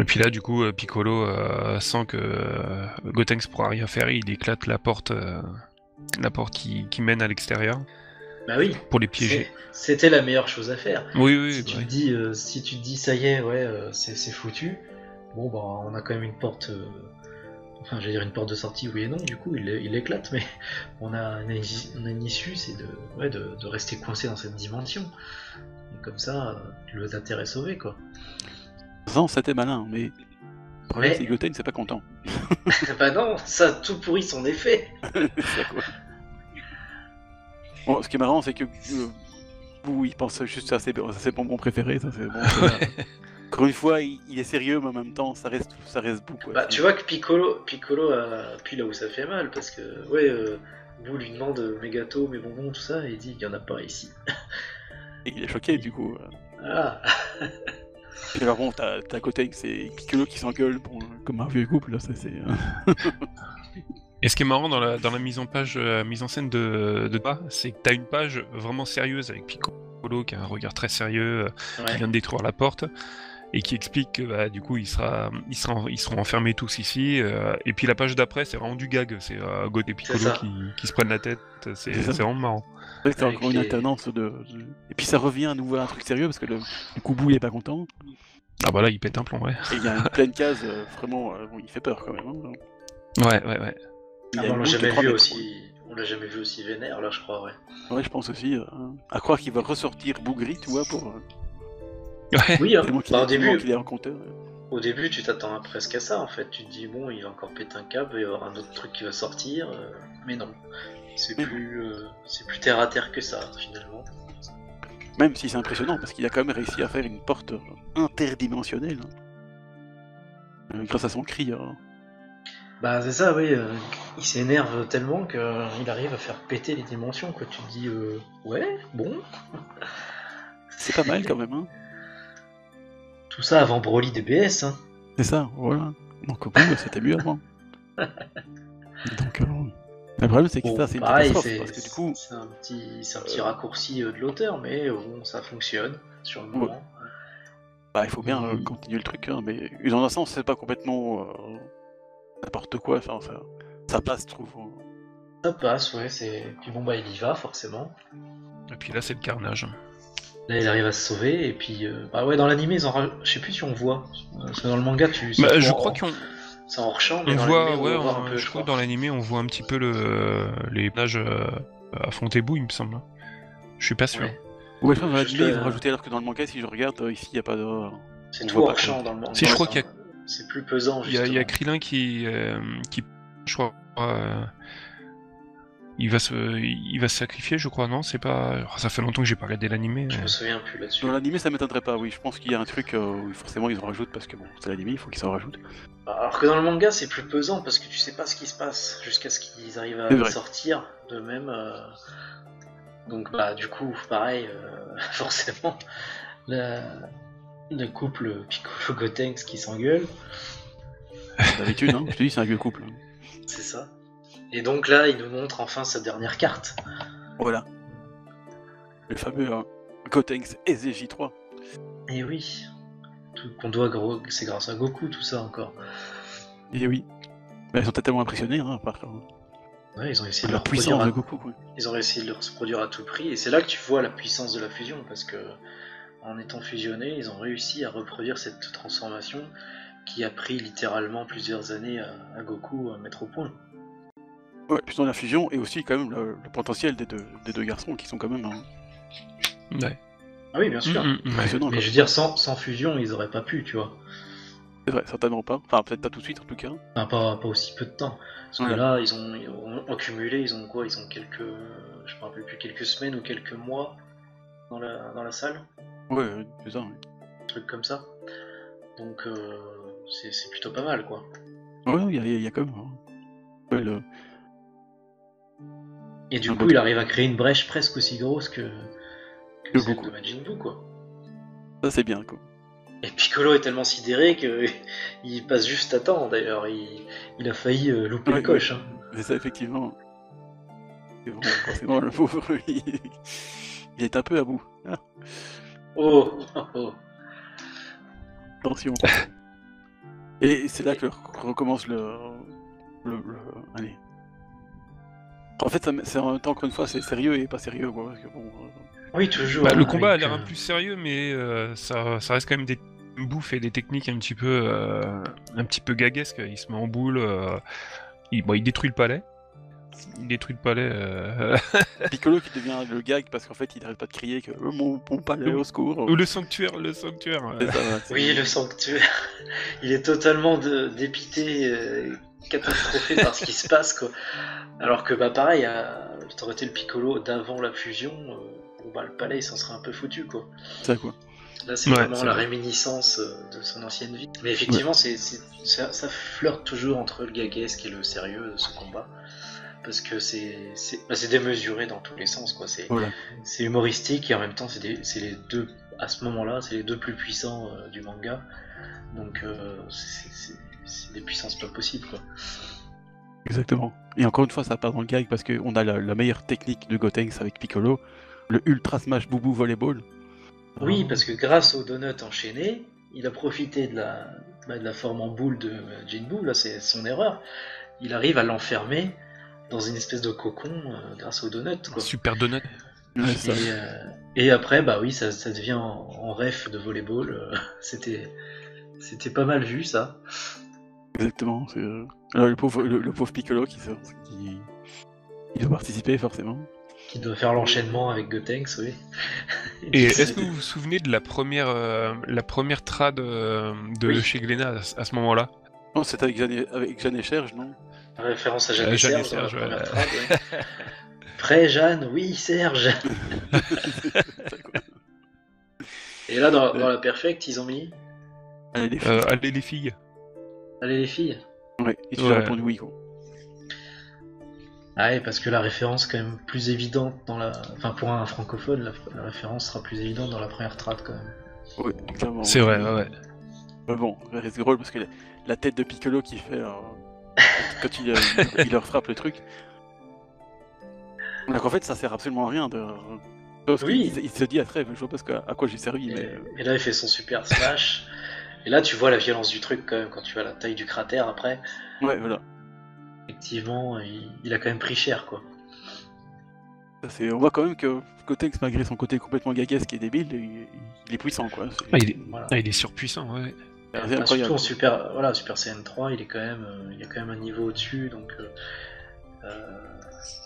Et puis là, du coup, euh, Piccolo euh, sent que euh, Gotenks pourra rien faire. Il éclate la porte, euh, la porte qui, qui mène à l'extérieur
Bah oui,
pour les
c'est-
piéger.
c'était la meilleure chose à faire.
Oui, oui,
si,
bah
tu
oui.
te dis, euh, si tu te dis ça y est, ouais, euh, c'est c'est foutu, bon, bah, on a quand même une porte. euh, Enfin, j'allais dire une porte de sortie, oui et non, du coup, il, il éclate, mais on a, une issue- on a une issue, c'est de, ouais, de, de rester coincé dans cette dimension. Et comme ça, euh, le intérêt est sauvé, quoi.
Non, c'était malin, mais. Le problème,
Mais-
c'est que Goten, c'est pas content.
bah non, ça a tout pourrit son effet.
C'est quoi. Bon, ce qui est marrant, c'est que euh, vous, il pense juste à ses, à ses bonbons préférés. Ça, c'est bon, c'est là. Encore une fois, il, il est sérieux, mais en même temps, ça reste, ça reste bout. Quoi.
Bah, tu vois que Piccolo, Piccolo a puis là où ça fait mal, parce que, ouais, euh, Boo lui demande euh, mes gâteaux, mes bonbons, tout ça, et il dit, il y en a pas ici.
Et il est choqué, du coup. euh.
Ah,
Puis alors, bon, t'as t'as Goten, c'est Piccolo qui s'engueule bon, comme un vieux couple. Là, ça, c'est. euh,
Et ce qui est marrant dans la, dans la mise en page, euh, mise en scène de, de Ba, c'est que t'as une page vraiment sérieuse avec Piccolo qui a un regard très sérieux, euh, qui
ouais.
vient de détruire la porte et qui explique que bah, du coup il sera, il sera en- ils seront enfermés tous ici. euh, et puis la page d'après, c'est vraiment du gag, c'est euh, Goten et
ça.
Piccolo qui, qui se prennent la tête. C'est
C'est ça.
c'est vraiment marrant.
C'est vrai que c'est
Avec
encore une
les-
alternance de... de- Et puis ça revient à nouveau à un truc sérieux parce que le, le Kubu il est pas content.
Ah bah là, il pète un plomb, ouais.
Et il y a une pleine case, euh, vraiment, euh, bon, il fait peur quand même. hein.
Ouais, ouais, ouais.
Il
Ah,
y
on
a une
l'a
bouche de
jamais
trois
vu
mètres.
aussi. On l'a jamais vu aussi vénère là, je crois, ouais.
Ouais, je pense aussi. euh, hein. à croire qu'il va ressortir Bougri, tu vois, pour. euh,
Ouais.
Oui, hein.
tellement qu'il
Bah, au
est- tellement
début,
qu'il est en compteur. euh.
au début, tu t'attends à presque à ça en fait. Tu te dis bon, il va encore péter un câble, il va y avoir un autre truc qui va sortir, euh, mais non. C'est
Mais
plus, euh, c'est plus terre à terre que ça finalement.
Même si c'est impressionnant, parce qu'il a quand même réussi à faire une porte euh, interdimensionnelle. hein. Euh, grâce à son cri. hein.
Bah c'est ça, oui. euh, il s'énerve tellement que euh, il arrive à faire péter les dimensions que tu te dis euh, ouais, bon.
C'est pas mal quand même. Hein.
Tout ça avant Broly DBS. Hein.
C'est ça, voilà. Donc, au bout, c'était mieux avant. Donc, euh, le problème, c'est que
Bon,
ça, c'est une
pareil,
catastrophe.
c'est
Parce que du coup,
c'est un petit, c'est un petit raccourci euh, de l'auteur, mais euh, bon, ça fonctionne sur le
Ouais.
moment.
Bah, il faut bien euh,
Mm.
continuer le truc, hein, mais dans un sens, c'est pas complètement euh, n'importe quoi. Enfin, ça, ça passe, je trouve. hein.
Ça passe, ouais, c'est. Puis bon, bah, il y va, forcément.
Et puis là, c'est le carnage.
Là, il arrive à se sauver, et puis. euh, Bah, ouais, dans l'animé, ils en ra- je sais plus si on voit. euh, Parce que dans le manga, tu. c'est
Bah,
en-
je crois qu'on
C'est en hors-champ, mais
on
dans
voit,
l'animé, on
ouais,
va voir
on-
un peu,
je
je crois.
crois que dans l'animé, on voit un petit peu le, les plages euh, à Fontaibout, il me semble. Je suis pas sûr.
Ouais.
Ouais, je pense que dans
Juste,
l'anime, ils
euh,
vont rajouter, alors que dans le manga, si je regarde, euh, ici, il n'y a pas de.
C'est
on
tout
voit pas
hors-champ
trop.
dans le manga.
Si, je crois
ça.
qu'il y a-
C'est plus pesant,
Il y a,
justement.
il y a Krillin qui, euh, qui je crois, euh, il va se, il va se sacrifier, je crois, non C'est pas, oh, ça fait longtemps que j'ai pas regardé l'animé.
Je
mais-
me souviens plus là-dessus.
Dans l'anime, ça m'étonnerait pas, oui. Je pense qu'il y a un truc euh, où forcément ils en rajoutent parce que bon, c'est l'anime, il faut qu'ils en rajoutent.
Alors que dans le manga, c'est plus pesant parce que tu sais pas ce qui se passe jusqu'à ce qu'ils arrivent
C'est
à
vrai.
sortir de même. euh, Donc, bah, du coup, pareil, euh, forcément, la- le couple Piccolo-Gotenks qui s'engueule.
D'habitude, hein, je te dis, c'est un vieux couple.
C'est ça. Et donc là, il nous montre enfin sa dernière carte.
Voilà. Le fameux hein, Gotenks SJ3.
Et oui, tout qu'on doit gros, c'est grâce à Goku tout ça encore.
Et Eh oui. Mais ils sont tellement impressionnés, hein, par euh,
Ouais, ils ont essayé de
la
leur produire
puissance
à,
de Goku, quoi.
ils ont essayé de leur se produire à tout prix. Et c'est là que tu vois la puissance de la fusion parce que en étant fusionnés, ils ont réussi à reproduire cette transformation qui a pris littéralement plusieurs années à, à Goku à mettre au point.
Ouais, plutôt dans la fusion et aussi quand même le, le potentiel des deux, des deux garçons qui sont quand même hein,
Ouais.
Ah oui, bien sûr.
Mm, mm, ouais.
impressionnants.
Mais
quoi.
je veux dire, sans, sans fusion, ils auraient pas pu, tu vois.
C'est vrai, certainement pas. Enfin, peut-être pas tout de suite en tout cas.
Enfin, pas, pas aussi peu de temps. Parce que
Ouais.
là, ils ont, ils ont- ont cumulé, ils ont quoi Ils ont quelques. Je me rappelle plus, quelques semaines ou quelques mois dans la, dans la salle,
Ouais, euh, c'est ça. ouais.
un truc comme ça. Donc, euh, c'est c'est plutôt pas mal, quoi.
Ouais, il y, a- il y a quand même. hein. Ouais, le-
Et du
Un
coup,
peu.
il arrive à créer une brèche presque aussi grosse que, que
Que
celle
beaucoup.
de Majin Buu, quoi.
Ça c'est bien quoi.
Et Piccolo est tellement sidéré que il passe juste à temps, d'ailleurs. Il, il a failli euh, louper
Ouais,
le coche. hein.
Mais ça effectivement. C'est vraiment- forcément le pauvre. Il... il est un peu à bout. Ah,
Oh, oh, oh.
attention. et c'est là que recommence le. le, le- Allez. En fait, ça me- c'est en même temps, encore une fois, c'est sérieux et pas sérieux quoi. Parce que bon. euh,
Oui, toujours.
Bah, le
hein,
combat a
avec,
l'air un
euh,
peu plus sérieux, mais euh, ça, ça reste quand même des bouffes et des techniques un petit peu, euh, un petit peu gaguesques. Il se met en boule, euh, il, bon, il détruit le palais. Il détruit le palais. euh,
Piccolo qui devient le gag parce qu'en fait, il n'arrête pas de crier que euh, mon, mon palais au secours.
Ou le sanctuaire, le sanctuaire. euh.
C'est ça, ouais, c'est-
Oui, le sanctuaire. Il est totalement de- dépité, euh, catastrophé par ce qui se passe, quoi. Alors que, bah, pareil, euh, t'aurais été le Piccolo d'avant la fusion, euh, bon, bah, le palais, il s'en serait un peu foutu, quoi.
ça quoi.
Là, c'est
Ouais,
vraiment
c'est
la
vrai.
réminiscence euh, de son ancienne vie. Mais effectivement, c'est, c'est- ça, ça flirte toujours entre le gaguesque et le sérieux, ce combat. Parce que c'est, c'est, bah, c'est démesuré dans tous les sens, quoi. C'est,
Voilà.
c'est humoristique et en même temps, c'est, des- c'est les deux, à ce moment-là, c'est les deux plus puissants euh, du manga. Donc, euh, c'est, c'est- c'est des puissances pas possibles, quoi.
Exactement.
Et encore une fois, ça part dans le gag parce qu'on a la, la meilleure technique de Gotenks avec Piccolo, le Ultra Smash Boubou Volleyball.
Hein.
Oui, parce que grâce aux donuts enchaînés, il a profité de la, bah, de la forme en boule de euh, Jinbu, là c'est son erreur. Il arrive à l'enfermer dans une espèce de cocon euh, grâce aux donuts. quoi.
Ah, Super donut.
Ouais,
Et,
ça.
euh, et après, bah oui, ça, ça devient en, en ref de volleyball. euh, C'était c'était pas mal vu ça.
Exactement. c'est, euh, alors, le, pauvre, le, le pauvre Piccolo qui, sort- qui- il doit participer forcément.
Qui doit faire l'enchaînement avec Gotenks, oui.
Et est-ce que vous vous souvenez de la première, euh, la première trad euh, de
Oui.
chez Glénat à, à ce moment-là
Non, c'est avec Jeanne, avec Jeanne et Serge, non
Référence à Jeanne
Euh,
et
Jeanne et
Serge. dans la
Serge, ouais.
première trad, ouais. Prêt, Jeanne Oui, Serge Et là, dans, dans la perfecte, ils ont mis
Allez, les filles.
Euh, Allez les filles.
Allez les filles
Ouais, et tu
ouais.
as répondu oui, quoi.
Ah ouais, parce que la référence quand même plus évidente dans la... Enfin, pour un francophone, la, la référence sera plus évidente dans la première trad quand même.
Ouais, clairement.
C'est vrai, ouais, ouais.
Mais bon, ça reste drôle parce que la, la tête de Piccolo qui fait. euh, quand il, euh, il leur frappe le truc. Donc en fait, ça sert absolument à rien de. Parce qu'il-
Oui.
il, se dit à trêve, je vois pas ce que- à quoi j'ai servi, mais.
Et,
euh,
et là, il fait son super smash. et là, tu vois la violence du truc quand même, quand tu vois la taille du cratère après.
Ouais, voilà.
Effectivement, il, il a quand même pris cher quoi.
Ça, c'est- On voit quand même que Gotenks, malgré son côté complètement gaguesque et débile, il, il est puissant, quoi. C'est-
Ah, il est,
Voilà.
ah, il est surpuissant, ouais.
Bah,
c'est
surtout en
incroyable.
super, voilà, super CN3, il est quand même, euh, il y a quand même un niveau au-dessus, donc euh, euh,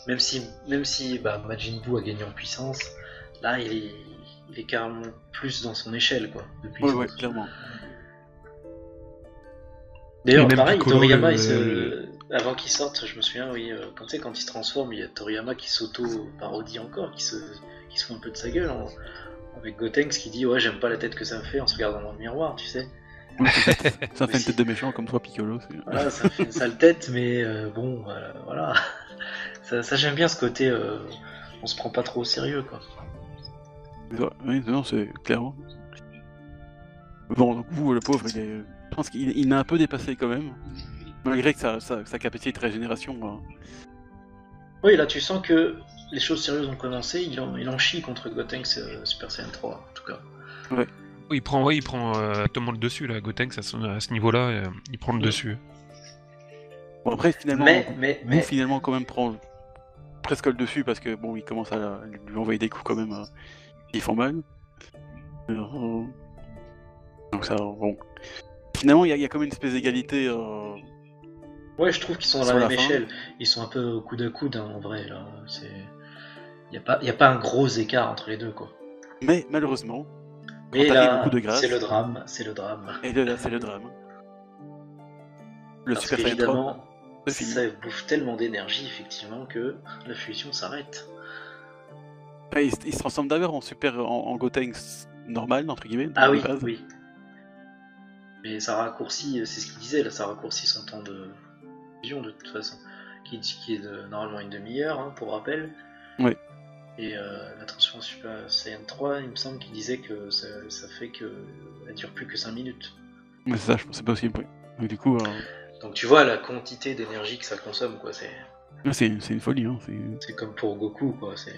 même si, même si bah, Majin Buu a gagné en puissance, là il est, il est carrément plus dans son échelle quoi. de
Ouais,
puissance.
ouais, clairement.
D'ailleurs,
Et même
pareil,
Piccolo,
Toriyama,
le-
il se-
le-
avant qu'il sorte, je me souviens, oui, euh, quand, tu sais, quand il se transforme, il y a Toriyama qui s'auto-parodie encore, qui se... qui se fout un peu de sa gueule, en- avec Gotenks qui dit Ouais, j'aime pas la tête que ça me fait en se regardant dans le miroir, tu sais.
Ça fait une tête de méchant comme toi, Piccolo. c'est-
Voilà, ça me fait une sale tête, mais euh, bon, voilà. voilà. Ça, ça, j'aime bien ce côté, euh, on se prend pas trop au sérieux, quoi.
Mais ouais, Oui, non, c'est clairement. Bon, donc vous, le pauvre, il est... euh, je pense qu'il il a un peu dépassé quand même. Malgré que sa, sa, sa capacité de régénération. euh,
Oui, là, tu sens que les choses sérieuses ont commencé, il en, il en chie contre Gotenks euh, Super Saiyan 3, en tout cas.
Oui, Il prend, ouais, il prend euh, totalement le dessus, là, Gotenks, à ce, à ce niveau-là, euh, il prend le
Ouais.
dessus.
Bon, après, finalement,
Mais,
Goku-
mais,
Goku,
mais,
finalement, quand même, prend presque le dessus parce que bon, il commence à lui envoyer des coups quand même. euh, qui font mal. Alors, euh, Donc, ça, bon. Finalement, il y, a- il y a quand même une espèce d'égalité. euh,
Ouais, je trouve qu'ils sont à la
Sur la
même
fin.
échelle. Ils sont un peu au coude à coude, hein, en vrai. Là, c'est. Y a pas, y a pas un gros écart entre les deux, quoi.
Mais malheureusement,
Mais
t'arrives
là,
au coup de grâce-
c'est le drame, c'est le drame.
et là, là, c'est le drame. Le
Parce
Super Saiyan 3,
qu'évidemment,
c'est fini.
ça bouffe tellement d'énergie, effectivement, que la fusion s'arrête.
Ouais, il, se- il se transforme d'abord en Super en, en Gotenks normal, entre guillemets.
Ah
de
oui,
base.
oui. Mais ça raccourcit, c'est ce qu'il disait, là, ça raccourcit son temps de fusion, de toute façon. Qui, qui est de- normalement une demi-heure, hein, pour rappel.
Oui.
Et euh, la transformation Super Saiyan 3, il me semble qu'il disait que ça, ça fait que elle dure plus que 5 minutes.
Mais ça, je pensais pas aussi. oui. Donc, du coup, euh,
Donc tu vois la quantité d'énergie que ça consomme, quoi. C'est,
c'est c'est une folie. Hein, c'est-
c'est comme pour Goku, quoi. C'est,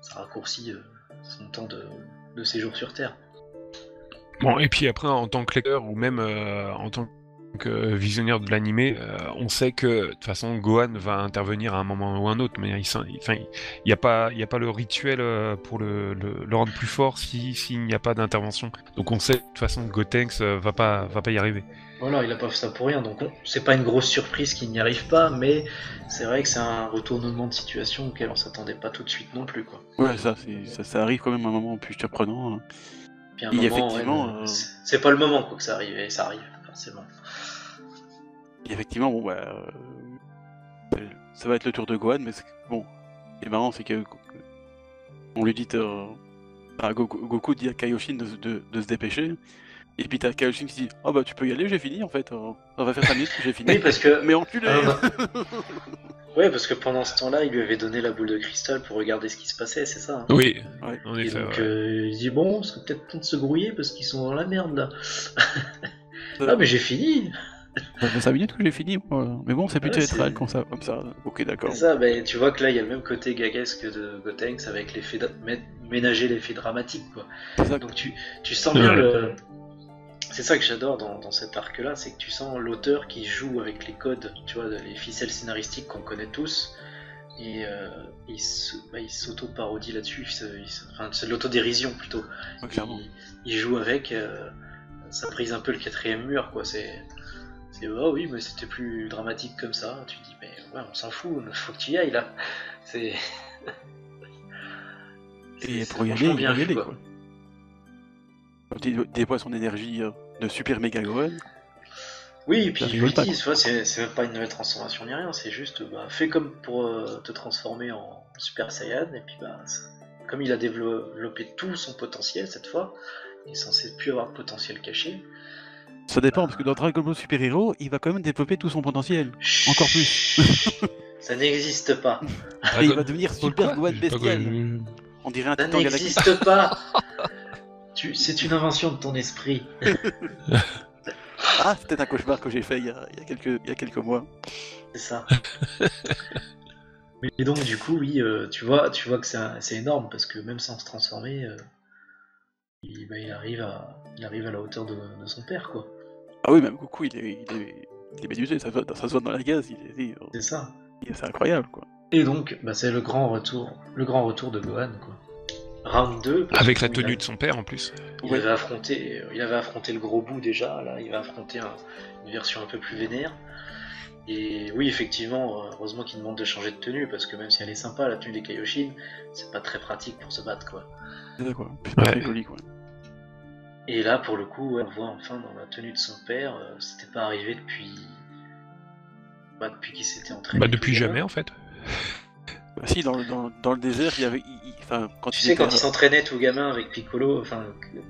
ça raccourcit euh, son temps de, de séjour sur Terre.
Bon, et puis après, en tant que lecteur ou même euh, en tant que euh, visionnaire de l'animé, euh, on sait que de toute façon Gohan va intervenir à un moment ou un autre, mais il s'in- il enfin, il n'y a, pas- il y a pas le rituel euh, pour le, le- le rendre plus fort si- s'il n'y a pas d'intervention. Donc on sait de toute façon que Gotenks euh, va pas, va pas y arriver.
Voilà, Oh il a pas fait ça pour rien, donc on- c'est pas une grosse surprise qu'il n'y arrive pas, mais c'est vrai que c'est un retournement de situation auquel on s'attendait pas tout de suite non plus, quoi.
Ouais, ça, c'est- ça, ça arrive quand même à un moment plus surprenant. hein.
Puis à un
Et
moment,
effectivement,
ouais,
euh,
c'est- c'est pas le moment, quoi, que ça arrive, et ça arrive, forcément.
Et effectivement, bon, bah, euh, ça va être le tour de Gohan, mais c'est- bon, ce qui est marrant, c'est que on lui dit euh, à Goku, Goku dit à Kaioshin de, se- de- de se dépêcher, et puis t'as Kaioshin qui dit Oh bah tu peux y aller, j'ai fini en fait, euh, on va faire 5 minutes, j'ai fini.
Oui, parce que...
Mais euh, enculé
Ah, Ouais, parce que pendant ce temps-là, il lui avait donné la boule de cristal pour regarder ce qui se passait, c'est ça hein
Oui,
Ouais.
en
Et
effet.
donc,
ouais.
euh, il se dit, bon, c'est peut-être temps de se grouiller parce qu'ils sont dans la merde, là. ah, mais j'ai fini
Ça fait 5 minutes que j'ai fini, moi. Mais bon, c'est plutôt
Ouais,
être
c'est-
réel comme ça.
Comme ça, ok, d'accord.
C'est ça, ben, tu vois que là, il y a le même côté gaguesque de Gotenks avec l'effet... dra- mé- ménager l'effet dramatique, quoi.
C'est ça.
Donc tu, tu sens bien
Ouais.
le. C'est ça que j'adore dans, dans cet arc-là, c'est que tu sens l'auteur qui joue avec les codes, tu vois, les ficelles scénaristiques qu'on connaît tous, et euh, il se- bah, il s'auto-parodie là-dessus, il se- il se- enfin, c'est de l'autodérision plutôt.
Ouais, clairement.
Il, il joue avec, euh, ça brise un peu le quatrième mur, quoi. C'est, c'est oh oui, mais c'était plus dramatique comme ça. Tu dis, mais ouais, on s'en fout, faut que tu y ailles là. C'est.
Et
c'est
pour y aller,
franchement
il
bien
va y
vu,
aller,
quoi.
quoi. Quand il déploie son énergie euh, de super méga Gohan,
Oui, et puis
Ça
je
rigole
le
pas,
dis, tu vois, c'est c'est même pas une nouvelle transformation ni rien, c'est juste, bah, fais comme pour euh, te transformer en Super Saiyan, et puis bah, c'est- comme il a développé tout son potentiel cette fois, il est censé plus avoir de potentiel caché.
Ça dépend, parce que dans Dragon Ball Super Hero, il va quand même développer tout son potentiel. Encore
plus Ça n'existe pas
Et il
Dragon-
va devenir
Paul
Super
quoi
Gohan
J'ai pas
bestial.
connu.
on dirait un
Ça
titan galactique.
n'existe pas Tu- C'est une invention de ton esprit.
Ah, c'était un cauchemar que j'ai fait il y a, il y a quelques, il y a quelques mois.
C'est ça. Mais donc du coup, oui, euh, tu vois, tu vois que c'est un- c'est énorme parce que même sans se transformer, euh, il, bah, il arrive à, il arrive à la hauteur de, de son père, quoi.
Ah oui, même Goku, il est, il est, il est médusé, ça se, voit, ça se voit dans la gaz, il est, il est-
C'est ça.
il est- c'est incroyable quoi.
Et donc, bah, c'est le grand retour, le grand retour de Gohan, quoi. Round 2. parce
Avec
que
la
il a-
tenue de son père en plus.
Il,
Ouais.
avait affronté, euh, il avait affronté le gros bout déjà, là, il va affronter un- une version un peu plus vénère. Et oui, effectivement, euh, heureusement qu'il demande de changer de tenue, parce que même si elle est sympa, la tenue des Kaioshin, c'est pas très pratique pour se battre, quoi.
C'est ça quoi, c'est pas
Ouais.
très joli quoi.
Et là, pour le coup, ouais, on voit enfin dans la tenue de son père, euh, c'était pas arrivé depuis. Bah, depuis qu'il s'était entraîné.
Bah, depuis
tout gamin.
jamais en fait.
Bah si, dans, le- dans, dans le désert, il y avait. il- il- Enfin, quand
Tu
il
sais,
était-
quand il s'entraînait tout gamin avec Piccolo, enfin,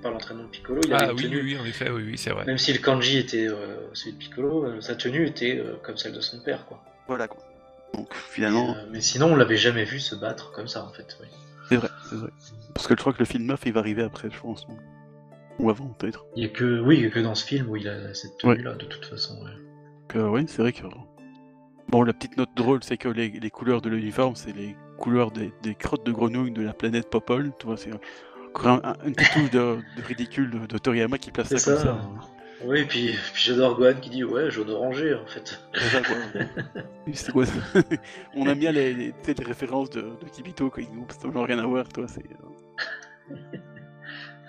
par l'entraînement de Piccolo, il avait
Ah
une
oui,
tenue.
oui, oui, en effet, oui, oui, c'est vrai.
Même si le kanji était euh, celui de Piccolo, euh, sa tenue était euh, comme celle de son père, quoi.
Voilà quoi. Donc finalement,
Euh, mais sinon, on l'avait jamais vu se battre comme ça, en fait. oui.
c'est vrai, c'est vrai. Parce que je crois que le film neuf, il va arriver après, je pense. non Ou avant peut-être.
Il y a que, oui, il y a que dans ce film où il a cette tenue-là, de toute façon. ouais.
Donc euh, oui, c'est vrai que. Bon, la petite note drôle, c'est que les, les couleurs de l'uniforme, c'est les couleurs des, des crottes de grenouilles de la planète Popol. Tu vois, c'est encore un- un- une petite touche de, de ridicule de, de Toriyama qui place ça,
C'est
comme
ça.
ça. hein.
Oui, puis, puis j'adore Gohan qui dit ouais, jaune orangé, en fait.
C'est ça, quoi. C'est quoi ça On aime bien les, les, tu sais, les références de, de Kibito, quoi. Ils n'ont absolument rien à voir, toi. C'est euh,
Ah,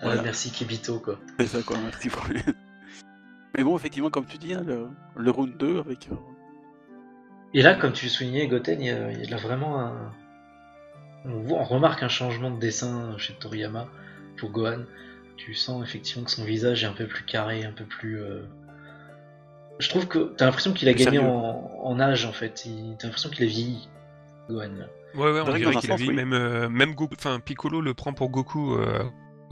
Voilà.
Euh, merci Kibito, quoi.
c'est ça, quoi. Merci pour les- Mais bon, effectivement, comme tu dis, hein, le, le round 2 avec. euh,
Et là, comme tu soulignais, Goten, il y a, il y a vraiment un. On, voit- on remarque un changement de dessin chez Toriyama pour Gohan. Tu sens effectivement que son visage est un peu plus carré, un peu plus. euh, Je trouve que t'as l'impression qu'il a
Plus
gagné
sérieux.
en, en âge en fait. Il- T'as l'impression qu'il a vieilli, Gohan. là.
Ouais, ouais, on
Dans un
dirait qu'il a
sens,
vieilli.
oui.
Même, euh, même Go- enfin, Piccolo le prend pour Goku euh,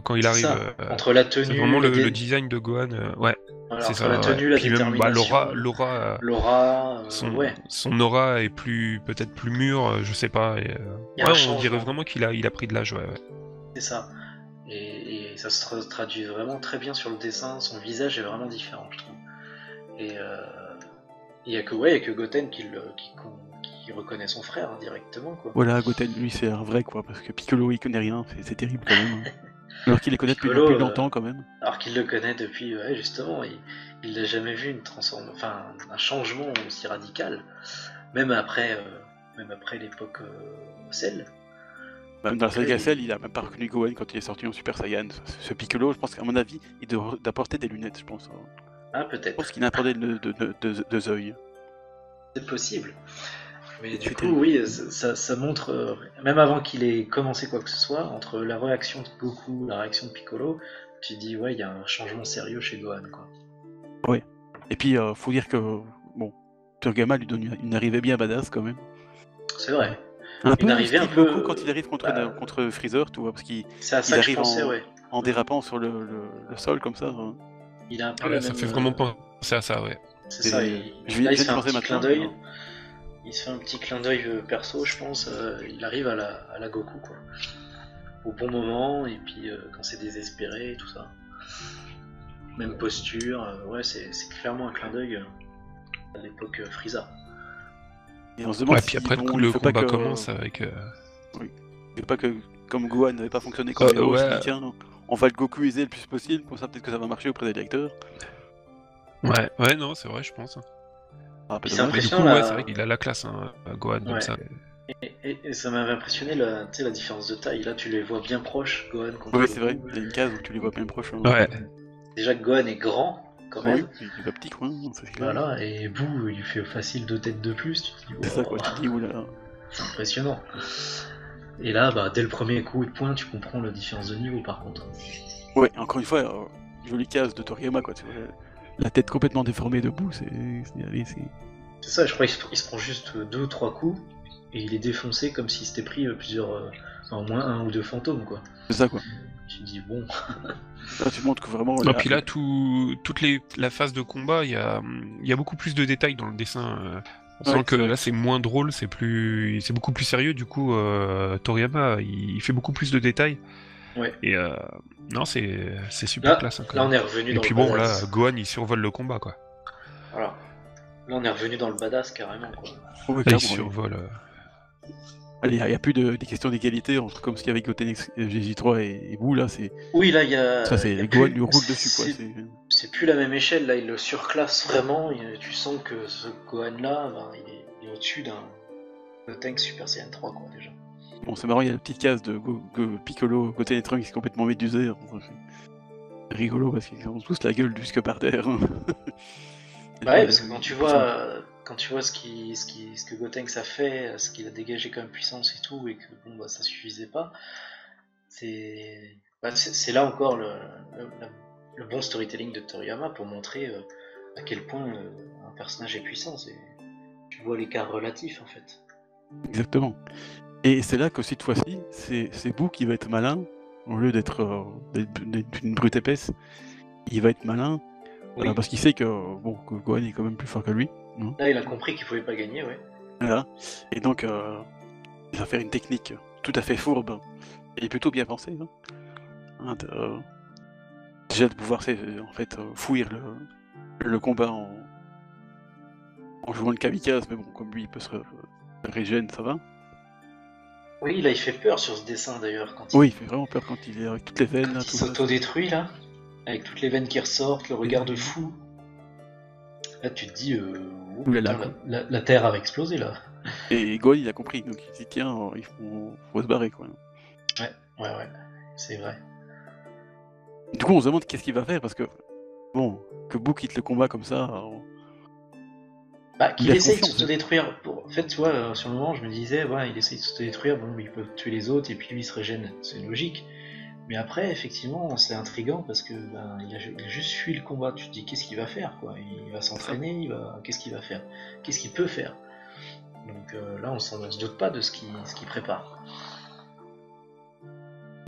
quand il
C'est
arrive.
ça.
euh,
entre la
c'est
tenue,
vraiment le,
les dé-
le design de Gohan. euh, ouais,
voilà,
c'est
entre
ça.
la
ouais.
tenue, la
Puis même, bah,
détermination,
l'aura, l'aura, euh,
l'aura, euh,
son,
ouais.
son aura est plus peut-être plus mûre, euh, je sais pas. et, euh,
Il y a un
ouais, on
changement.
dirait vraiment qu'il a, il a pris de l'âge. Ouais, ouais.
C'est ça. Et, et ça se tra- traduit vraiment très bien sur le dessin. Son visage est vraiment différent, je trouve. Et euh, il y a que ouais, il y a que Goten qui, le- qui, con- qui reconnaît son frère hein, directement, quoi.
Voilà, Goten, lui, c'est un vrai, quoi, parce que Piccolo, il connaît rien, c'est- c'est terrible quand même. hein. Alors qu'il les connaît depuis
Piccolo,
depuis
euh,
longtemps quand même.
Alors qu'il le connaît depuis, ouais, justement, il, il n'a jamais vu une transform... enfin, un changement aussi radical, même après, euh, même après l'époque euh, Cell.
Même dans la saga
oui.
Cell, il a même pas reconnu Gohan quand il est sorti en Super Saiyan. Ce- Ce Piccolo, je pense qu'à mon avis, il doit doit porter des lunettes, je pense. hein.
Ah,
Je
peut-être.
pense qu'il a porté de, de, de, de- deux yeux.
C'est possible. Mais du
C'était-
coup, oui, ça, ça montre, euh, même avant qu'il ait commencé quoi que ce soit, entre la réaction de Goku, la réaction de Piccolo, tu dis, ouais, il y a un changement sérieux chez Gohan, quoi.
Et puis, euh, faut dire que, bon, Torgama lui donne une, une arrivée bien badass quand même.
C'est vrai.
Un peu
arrivée
style
un peu-
Goku quand il arrive contre,
bah,
contre Freezer, tout, parce qu'il
C'est à ça
Il
que je
arrive
pensais,
en-
ouais.
en dérapant sur le, le, le sol comme ça. hein.
Il a un peu
Ouais,
le
Ah ça
même,
fait
euh,
vraiment penser à ça. Ouais.
C'est ça,
Et-
il,
je vais-
là, il
je
se fait
vais
un
penser
petit clin
maintenant,
d'œil.
non.
Il se fait un petit clin d'œil euh, perso, je pense. euh, il arrive à la, à la Goku, quoi. Au bon moment, et puis euh, quand c'est désespéré, tout ça. Même posture, euh, ouais, c'est c'est clairement un clin d'œil euh, à l'époque euh, Frieza.
Et on se demande
Ouais, puis
si,
après
bon,
le, coup,
il
le
faut pas
combat
que-
commence avec. euh,
Je sais pas que comme Gohan n'avait pas fonctionné comme
Euh,
héros,
ouais.
il se dit, tiens, on va le Gokuiser le plus possible, comme ça peut-être que ça va marcher auprès des lecteurs.
Ouais, ouais, non, c'est vrai, je pense. hein.
Ah,
Puis
peut-être
c'est
dommage.
Mais du coup,
Impressionnant, là.
ouais, c'est vrai qu'il a la classe, hein, euh, Gohan, comme
Ouais.
ça.
Et, et- et ça m'avait impressionné la, tu sais, la différence de taille. Là, tu les vois bien proches, Gohan contre
Ouais,
Goku.
c'est vrai, il y a une case où tu les vois bien proches. hein.
Ouais.
Déjà, que Gohan est grand, quand
Ouais,
même.
puis il est pas petit, quoi. hein, c'est clair.
Voilà, et Bou, il fait facile deux têtes de plus. Tu te dis,
C'est ça,
wow,
quoi. Tu te dis, oula.
c'est impressionnant. Et là, bah, dès le premier coup de poing, tu comprends la différence de niveau, par contre.
Ouais, encore une fois, euh, jolie case de Toriyama, quoi. Tu vois.
La tête complètement déformée debout, c'est. c'est- allez, c'est-
C'est ça, je crois qu'il se, il se prend juste euh, deux ou trois coups, et il est défoncé comme s'il s'était pris euh, plusieurs... euh, enfin, au moins un ou deux fantômes, quoi.
C'est ça, quoi.
Tu te dis, bon...
Là, tu montres que vraiment.
Oh
Et Ah, puis là, tout, toute les, la phase de combat, il y a, hum, il y a beaucoup plus de détails dans le dessin. euh. On
Ouais,
sent que
c'est vrai.
là, c'est moins drôle, c'est plus, c'est beaucoup plus sérieux. Du coup, euh, Toriyama, il, il fait beaucoup plus de détails.
Ouais.
Et euh, non, c'est, c'est super
Là-
classe. hein, quand
Là, on
même.
est revenu
Et
dans
puis
le
bon, là,
badass.
Gohan, il survole le combat, quoi.
Voilà. Là, on est revenu dans le badass, carrément, quoi.
Oh,
Là, il
ouais, clairement, ouais.
survole. euh,
Allez, il n'y a, plus de, des questions d'égalité entre comme ce qu'il y avait Goten X- euh, GJ3 et, et Boo, là. C'est,
Oui, là, il y a.
ça, c'est,
Euh, il y a
Gohan
plus-
lui roule dessus, quoi.
c'est-
C'est...
C'est plus la même échelle, là, il le surclasse vraiment. et euh, tu sens que ce Gohan-là, ben, il est, il est au-dessus d'un. Le tank Super Saiyan 3, quoi, déjà.
Bon, c'est marrant, il y a la petite case de Go- Go- Piccolo, Goten et Trunks qui est complètement médusé. hein. C'est rigolo parce qu'ils ont tous la gueule jusque par terre. hein.
Bah
Euh,
ouais, parce que quand tu vois, euh, quand tu vois ce, qui, ce, qui, ce que Gotenks a fait, euh, ce qu'il a dégagé comme puissance et tout, et que bon, bah, ça suffisait pas, c'est bah, c'est- c'est là encore le, le- la- le bon storytelling de Toriyama pour montrer euh, à quel point euh, un personnage est puissant. c'est- Tu vois l'écart relatif en fait.
Exactement. Et c'est là que cette fois-ci, c'est, c'est Boo qui va être malin, au lieu d'être, euh, d'être- d'être une brute épaisse, il va être malin, euh, parce qu'il sait que, bon, que Gohan est quand même plus fort que lui. hein.
Là, il a compris qu'il pouvait pas gagner, ouais.
Voilà. Et donc, euh, il va faire une technique tout à fait fourbe et plutôt bien pensée. hein. Hein, de- euh, déjà de pouvoir c'est, euh, en fait, euh, fouir le, le combat en, en jouant le kamikaze, mais bon, comme lui, il peut se, ré- se régène, ça va.
Oui, là, il fait peur sur ce dessin d'ailleurs quand il,
Oui, il fait vraiment peur quand il est avec toutes les veines.
quand
Là,
il
tout ça.
s'autodétruit là, avec toutes les veines qui ressortent, le regard de fou. Là, tu te dis, euh, oh,
Ouh là là,
putain, la, la- la Terre avait explosé là.
Et Gohan, il a compris, donc il dit tiens, euh, il faut, faut se barrer quoi.
Ouais, ouais, c'est vrai.
Du coup, on se demande qu'est-ce qu'il va faire parce que Bon, que Boo quitte le combat comme ça. euh, alors,
Bah, qu'il
Il a
essaye de
confiance, hein.
s'autodétruire. Pour... En fait, tu vois, euh, sur le moment, je me disais, ouais, il essaye de s'autodétruire, bon, mais il peut tuer les autres et puis lui, il se régène. C'est logique. Mais après, effectivement, c'est intriguant parce que ben, il, a, ju- il a juste fui le combat. Tu te dis, qu'est-ce qu'il va faire quoi Il va s'entraîner, il va... qu'est-ce qu'il va faire Qu'est-ce qu'il peut faire Donc euh, là, on s'en- on se doute pas de ce qu'il ce qu'il prépare.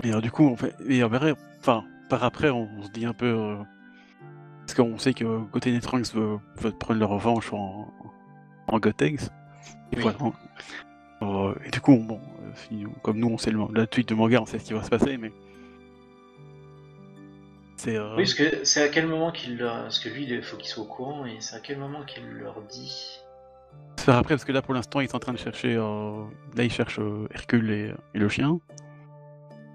Mais alors, du coup, on fait. et après- enfin, par après, on, on se dit un peu. euh, Parce qu'on sait que euh, Goten et Trunks veulent, veulent prendre leur revanche en, en Gotenks. Et
Oui.
voilà. Euh, et du coup, bon, euh, si- comme nous, on sait le, la suite du manga, on sait ce qui va se passer, mais. C'est. euh,
Oui, parce que c'est à quel moment qu'il leur... Parce que lui, il faut qu'il soit au courant et c'est à quel moment qu'il leur dit.
se faire après parce que là pour l'instant il est en train de chercher euh, là il cherche euh, Hercule et, et le chien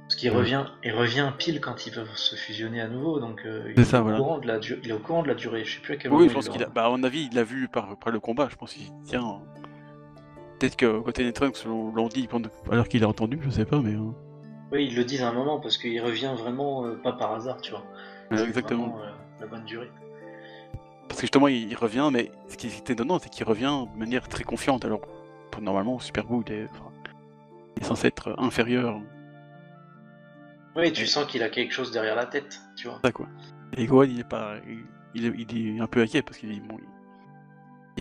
Parce qu'il
Ouais.
revient, il revient pile quand ils peuvent se fusionner à nouveau, donc euh, il,
C'est
est
ça,
au
voilà.
courant de la du- il est au courant de la durée. Je sais plus à quel
oui
moment
je pense
il
qu'il
leur-
a bah à mon avis il l'a vu par, par le combat je pense qu'il tiens peut-être que Goten et Trunks l'ont l'ont dit pendant- alors qu'il a entendu je sais pas mais euh,
Oui, ils le disent à un moment parce qu'il revient vraiment euh, pas par hasard, tu vois. C'est
exactement
vraiment, euh, la bonne durée.
parce que justement il, il revient mais ce qui est étonnant c'est qu'il revient de manière très confiante alors pour- normalement Super Boo il est, enfin, il est censé être inférieur
Oui, tu
Et-
sens qu'il a quelque chose derrière la tête, tu vois.
ça quoi et Gohan il est pas il, il est- il est un peu inquiet parce qu'il dit bon il,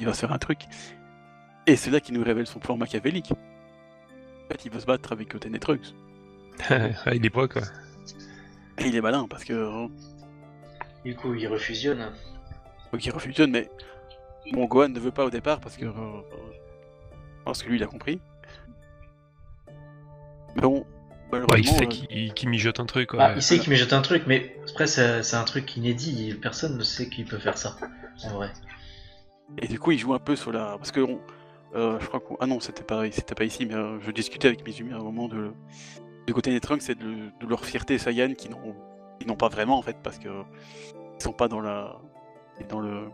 il va se faire un truc et c'est là qu'il nous révèle son plan machiavélique en fait il veut se battre avec euh, Goten et Trunks
Ah, il est pas quoi.
et il est malin parce que euh,
Du coup, il refusionne.
faut qu'il refusionne, mais bon, Gohan ne veut pas au départ parce que. euh, parce que lui, il a compris. Mais bon,
Bah, il
malheureusement,
sait
euh,
qu'il qu'il mijote un truc quoi.
Bah, il sait qu'il me jette un truc, mais après, c'est c'est un truc inédit. Personne ne sait qu'il peut faire ça, en vrai.
et du coup, il joue un peu sur la. Parce que. on- euh, je crois qu'on. Ah non, c'était pas, c'était pas ici, mais euh, je discutais avec Mizumi à un moment de. Du côté des Trunks, c'est de, de leur fierté Saiyan qui n'ont, ils n'ont pas vraiment en fait, parce que. Ils sont pas dans la. Dans le.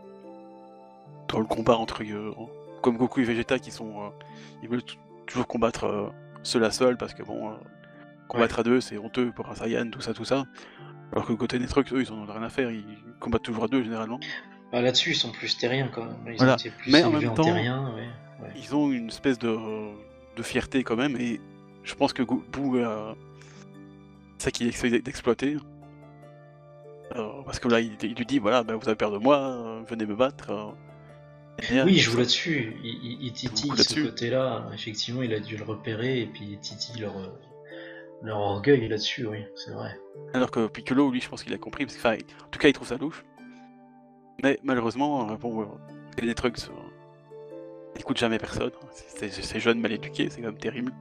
Dans le combat entre. eux, comme Goku et Vegeta qui sont. euh, ils veulent tou- toujours combattre euh, seul à seul, parce que bon. euh, combattre à deux, c'est honteux pour un Saiyan, tout ça, tout ça. Alors que côté des Trunks, eux, ils en ont rien à faire, ils combattent toujours à deux généralement.
Bah, Là-dessus, ils sont plus terriens quand même. Ils
Voilà.
ont été plus
Mais en
élevés
même temps-
terrien, ouais. Ouais.
ils ont une espèce de, de fierté quand même, et je pense que Go- Boo a ça qu'il essaie d'exploiter. Euh, parce que là, il, il lui dit voilà, ben, vous avez peur de moi, euh, venez me battre. euh. Et derrière,
Oui, il joue là-dessus. Il, il- il titille
Beaucoup
ce
là-dessus.
côté-là. Effectivement, il a dû le repérer et puis il titille leur, euh, leur orgueil là-dessus, oui, c'est vrai.
Alors que Piccolo, lui, je pense qu'il a compris, parce que, enfin, en tout cas, il trouve ça louche. Mais malheureusement, euh, bon, euh, c'est des trucs, ça n'écoute jamais personne. hein. C'est ces jeunes mal éduqués, c'est quand même terrible.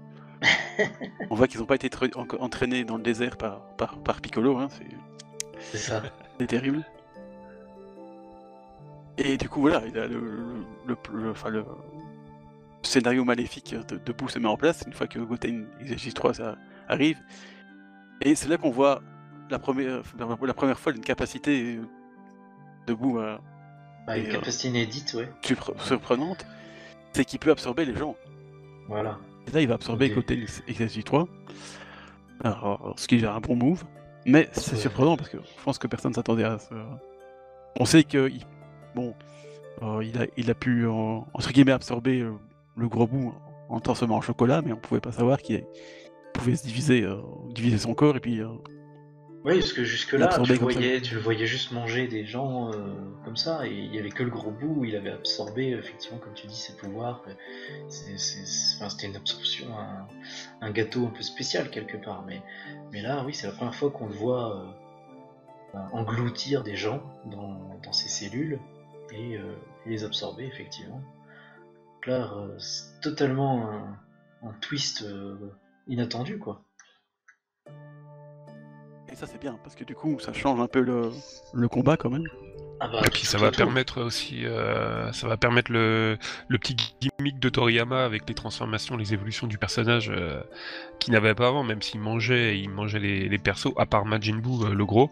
On voit qu'ils n'ont pas été tra- en- entraînés dans le désert par, par, par Piccolo, hein, c'est.
C'est ça.
C'est terrible. Et du coup, voilà, il a le, le, le- le- enfin, le scénario maléfique de, de Boo se met en place une fois que Goten Exercice 3 ça arrive. Et c'est là qu'on voit la première, la première fois une capacité de Boo euh,
Bah, une
Et, euh,
capacité inédite, ouais.
surpre- surprenante, c'est qu'il peut absorber les gens.
Voilà.
Et là, il va absorber
Ok.
Goten Exercice 3, alors, ce qui est un bon move, mais c'est
Ouais.
surprenant parce que je pense que personne s'attendait à ça. On sait que, il- bon, euh, il, a, il a pu, euh, entre guillemets, absorber euh, le gros bout en transformant en chocolat, mais on pouvait pas savoir qu'il pouvait se diviser, euh, diviser son corps et puis euh,
Oui, parce que jusque-là,
Il
tu,
absorbait
le
comme ça.
voyais- tu le voyais juste manger des gens euh, comme ça, et il y avait que le gros bout où il avait absorbé, effectivement, comme tu dis, ses pouvoirs. euh, c'est- c'est- c'est- enfin, C'était une absorption, un, un gâteau un peu spécial quelque part. Mais, mais là, oui, c'est la première fois qu'on le voit euh, ben, engloutir des gens dans, dans ses cellules et euh, les absorber, effectivement. Donc là, euh, c'est totalement un, un twist euh, inattendu, quoi.
et ça c'est bien parce que du coup ça change un peu le, le combat quand même.
Ah bah,
Et puis ça
tout
va
autour.
permettre aussi, euh, ça va permettre le, le petit gimmick de Toriyama avec les transformations, les évolutions du personnage euh, qu'il n'avait pas avant, même s'il mangeait, il mangeait les, les persos, à part Majin Buu, euh, le gros,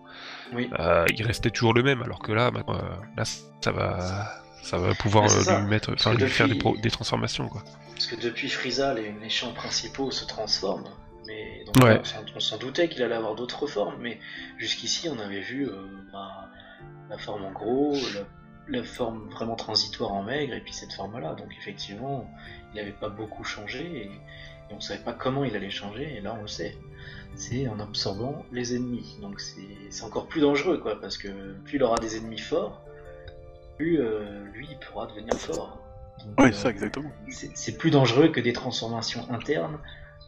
Oui.
euh, il restait toujours le même, alors que là, maintenant, euh, là ça va, ça va pouvoir
Ah, c'est
euh,
ça.
lui mettre,
Parce
enfin,
que
lui faire des,
depuis-
pro- des transformations quoi.
Parce que depuis Frieza, les méchants principaux se transforment. Mais donc,
Ouais.
on s'en- on s'en doutait qu'il allait avoir d'autres formes, mais jusqu'ici, on avait vu euh, bah, la forme en gros, la, la forme vraiment transitoire en maigre, et puis cette forme-là. Donc effectivement, il n'avait pas beaucoup changé, et, et on ne savait pas comment il allait changer, et là on le sait. C'est en absorbant les ennemis. Donc c'est c'est encore plus dangereux, quoi, parce que plus il aura des ennemis forts, plus euh, lui il pourra devenir fort. Donc,
Ouais,
euh,
c'est ça, exactement.
c'est c'est plus dangereux que des transformations internes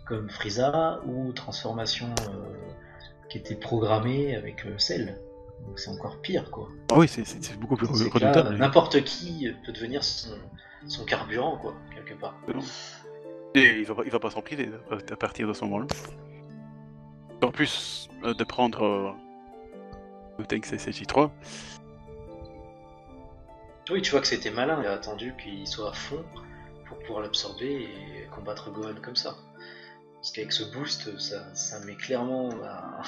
comme Frieza ou transformations euh, qui étaient programmées avec le sel. Donc c'est encore pire quoi.
Ah oui, c'est- c'est c'est beaucoup plus
C'est que là,
redoutable.
N'importe qui peut devenir son, son carburant quoi, quelque part.
Et il va, pas- il va pas s'en priver euh, à partir de ce moment-là. En plus euh, de prendre euh, le tank CCJ3,
Oui, tu vois que c'était malin, il a attendu qu'il soit à fond pour pouvoir l'absorber et combattre Gohan comme ça. Parce qu'avec ce boost, ça, ça met clairement bah,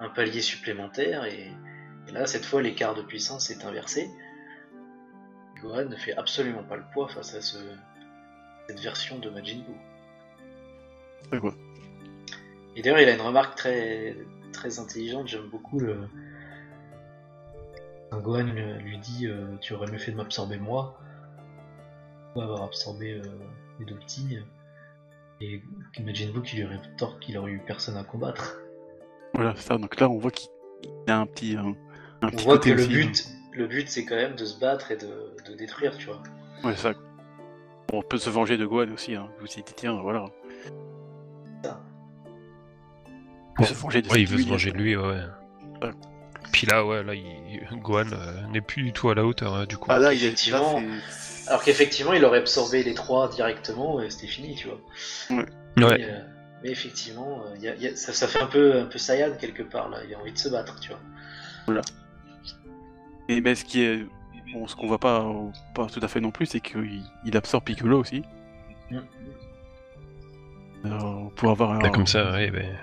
un palier supplémentaire et, et là, cette fois, l'écart de puissance est inversé. Gohan ne fait absolument pas le poids face à ce, cette version de Majin Buu.
c'est quoi
Et d'ailleurs, il a une remarque très, très intelligente, j'aime beaucoup le. Quand Gohan le- lui dit euh, Tu aurais mieux fait de m'absorber moi, ou avoir absorbé euh, les deux petits. Et Majin Buu qui lui rétorque qu'il aurait eu personne à combattre.
Voilà, c'est ça. Donc là, on voit qu'il il a un petit. Un, un
On
petit
voit que
côté
le
aussi,
but, le but c'est quand même de se battre et de, de détruire, tu vois.
euh, Ouais, ça. Bon, on peut se venger de Gohan aussi. Hein. Vous dit, tiens, voilà.
Ça.
On peut se venger de
Ouais, il
cette
veut se manger de lui, ouais. ouais.
Ouais.
Puis là, ouais, là, il- Gohan euh, n'est plus du tout à la hauteur, hein, du coup.
Ah là, il est.
Effectivement.
là, c'est-
Alors qu'effectivement, il aurait absorbé les trois directement et c'était fini, tu vois.
ouais,
Mais, euh, mais effectivement, euh, y a- y a- ça, ça fait un peu, un peu Saiyan quelque part, là. Il a envie de se battre, tu vois.
Et ben, ce qui est. Bon, ce qu'on voit pas, euh, pas tout à fait non plus, c'est qu'il il absorbe Piccolo aussi.
Mhm.
Euh, pour avoir un.
Là, comme ça, ouais, ben,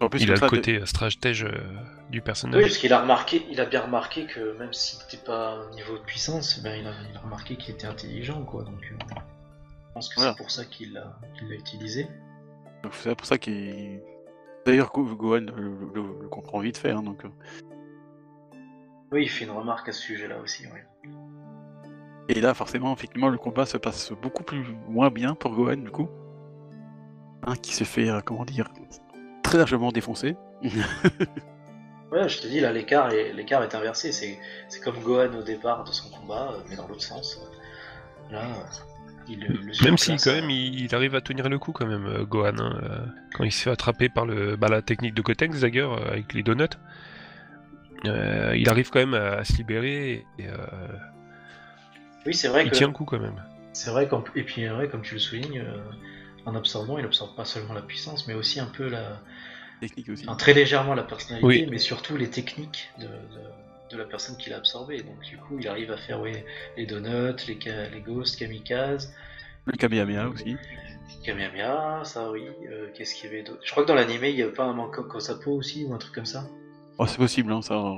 En plus,
il
comme
a
ça,
le côté euh, stratège euh, du
Oui,
personnage.
parce qu'il a remarqué, il a bien remarqué que même s'il n'était pas au niveau de puissance, ben, il, a, il a remarqué qu'il était intelligent, quoi. Donc, euh, je pense que
Voilà.
c'est pour ça qu'il l'a qu'il l'a utilisé.
Donc, C'est pour ça qu'il. D'ailleurs, Go- Gohan le, le- le- le comprend vite fait. hein, donc, euh.
Oui, il fait une remarque à ce sujet-là aussi, oui.
Et là, forcément, effectivement, le combat se passe beaucoup plus moins bien pour Gohan, du coup. Hein, qui se fait, euh, comment dire, très largement défoncer.
Ouais, je te dis, là, l'écart est, l'écart est inversé. C'est c'est comme Gohan au départ de son combat, euh, mais dans l'autre sens. Là, euh, il le- le
Même
surclasse.
si, quand même, il, il arrive à tenir le coup, quand même, euh, Gohan. hein, euh, quand il se fait attraper par le, bah, la technique de Gotenks, d'ailleurs, euh, avec les donuts, euh, il arrive quand même à, se libérer et euh,
Oui, c'est vrai
il
que
tient le coup, quand même.
C'est vrai, qu'en- et puis ouais, comme tu le soulignes, euh, en absorbant, il absorbe pas seulement la puissance, mais aussi un peu la.
Technique aussi.
Enfin, très légèrement la personnalité,
Oui.
mais surtout les techniques de, de- de la personne qu'il a absorbée. Donc, du coup, il arrive à faire ouais, les donuts, les, ca- les ghosts, kamikazes,
Le Kamehameha aussi.
kamehameha, ça oui. euh, Qu'est-ce qu'il y avait d'autre Je crois que dans l'animé, il n'y a pas un manque Kosapo aussi, ou un truc comme ça.
Oh, c'est possible, hein, ça. euh,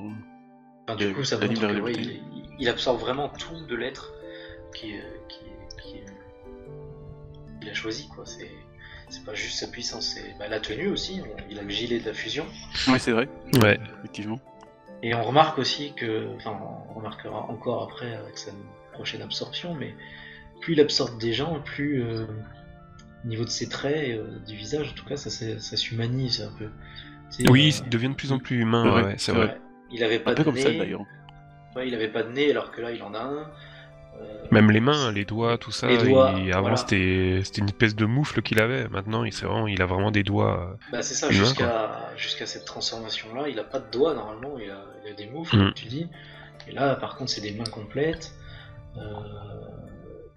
Enfin, du
Le-
coup, ça
l'anime
montre
de la
que, ouais,
liberté.
il, il absorbe vraiment tout de l'être qui, euh, qui, qui- qu'il a choisi. quoi. C'est, c'est pas juste sa puissance, c'est bah, la tenue aussi. on- Il a le gilet de la fusion.
Ouais, c'est vrai,
Ouais.
effectivement.
Et on remarque aussi que, enfin, on remarquera encore après avec sa prochaine absorption, mais plus il absorbe des gens, plus euh, au niveau de ses traits, euh, du visage en tout cas, ça, s'est- ça s'humanise un peu. C'est,
Oui,
euh,
il devient de plus en plus humain,
c'est vrai,
ouais, c'est
c'est
vrai.
vrai.
il avait pas
Un peu
de
comme ça,
nez,
d'ailleurs.
ouais, il avait pas de nez alors que là il en a un. Euh,
Même les mains, les doigts, tout ça.
Les doigts,
il- Avant,
voilà.
c'était c'était une espèce de moufle qu'il avait. Maintenant, il, c'est vraiment, il a vraiment des doigts. euh,
Bah c'est ça,
Humain,
jusqu'à jusqu'à cette transformation-là, il a pas de doigts normalement, il a, il a des moufles,
Mm.
comme tu dis. Et là, par contre, c'est des mains complètes. Euh...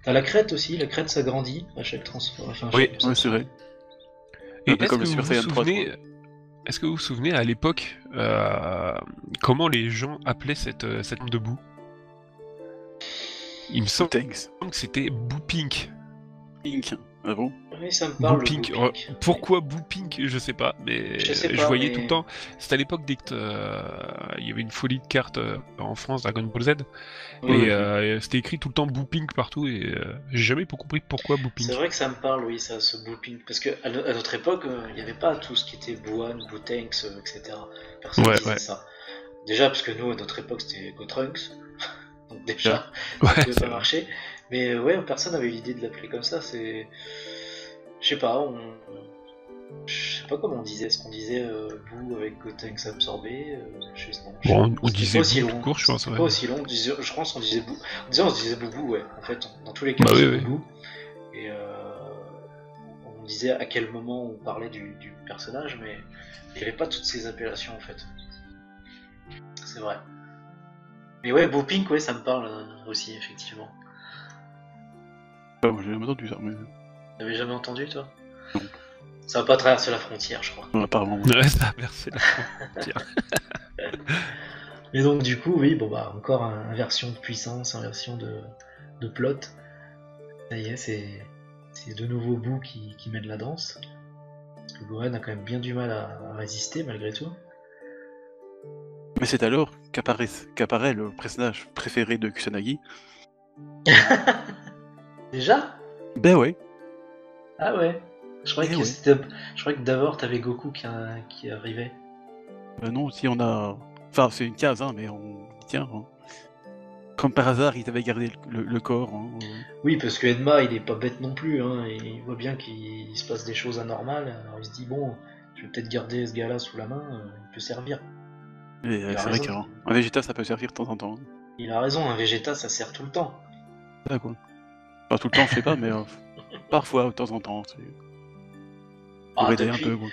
T'as la crête aussi, la crête s'agrandit à chaque transformation.
Oui,
Ouais, c'est vrai.
Et
Un peu
est-ce
comme
que
le Super
vous vous
Saiyan 3,
souvenez, est-ce que vous vous souvenez à l'époque euh, comment les gens appelaient cette euh, cette forme de boue Il me semble
So Tanks.
que c'était boue pink.
Pink. Ah bon
Oui, ça me
Boue
parle. le
pink.
Blue
euh,
Pink.
Pourquoi boue pink Je sais pas, mais
Je sais
je,
pas,
voyais
mais-
tout le temps. C'était à l'époque dès que, euh, il y avait une folie de cartes euh, en France, Dragon Ball Z,
Oui,
et euh, c'était écrit tout le temps boue pink partout, et euh, j'ai jamais compris pourquoi boue pink.
C'est vrai que ça me parle, oui, ça, ce Blue Pink. Parce que à, no- à notre époque, euh, il n'y avait pas tout ce qui était Buan, Boutanks, euh, etc. Personne
Ouais,
disait
ouais.
ça. Déjà, parce que nous, à notre époque, c'était Go Trunks. Donc déjà,
Ouais,
ça devait
c'est
pas
vrai.
marcher. Mais euh, ouais, personne n'avait l'idée de l'appeler comme ça. C'est. Je sais pas, on. Je sais pas comment on disait. Est-ce qu'on disait euh, boue avec Gotenks absorbé euh, je sais pas. Je-
Bon, on- on
c'était
disait
pas aussi
boue tout
long.
court, je pense,
C'était
ouais.
pas aussi long. on disait- Je pense qu'on disait boue. On disait, on se disait boubou, ouais. En fait, on- dans tous les cas,
Bah
on
oui,
disait
oui.
boubou. Et euh, on disait à quel moment on parlait du, du personnage, mais il n'y avait pas toutes ces appellations en fait. C'est vrai. Mais ouais, Bo Pink, ouais, ça me parle euh, aussi, effectivement.
Ah, moi, j'ai jamais entendu ça, mais. euh,
T'avais jamais entendu, toi
Non.
Ça va pas traverser la frontière, je crois.
Non, apparemment.
Ouais, ça a versé la-
Mais donc, du coup, oui, bon, bah, encore un- inversion de puissance, inversion de, de plot. Ça y est, c'est, c'est de nouveau Boo qui, qui mène la danse. Parce que Gohan a quand même bien du mal à, à résister, malgré tout.
Mais c'est alors qu'apparaît qu'apparaît le personnage préféré de Kusanagi.
Déjà
Ben ouais.
Ah ouais Je croyais,
Eh
que,
ouais.
c'était- je croyais que d'abord, t'avais Goku qui, a- qui arrivait.
Ben non, si on a. Enfin, c'est une case, hein, mais on tient. hein. Comme par hasard, il t'avait gardé le, le- le corps. hein.
Oui, parce que Edma, il est pas bête non plus, hein, et il voit bien qu'il il se passe des choses anormales, alors il se dit, bon, je vais peut-être garder ce gars-là sous la main, euh, il peut servir.
Et euh,
Il a
c'est vrai
raison.
qu'un un Vegeta, ça peut servir de temps en temps. hein.
Il a raison, un Vegeta, ça sert tout le temps.
Ça, quoi. Pas tout le temps, je sais pas, mais euh, parfois, de temps en temps. c'est-
Ah,
pour aider un
depuis,
peu. quoi.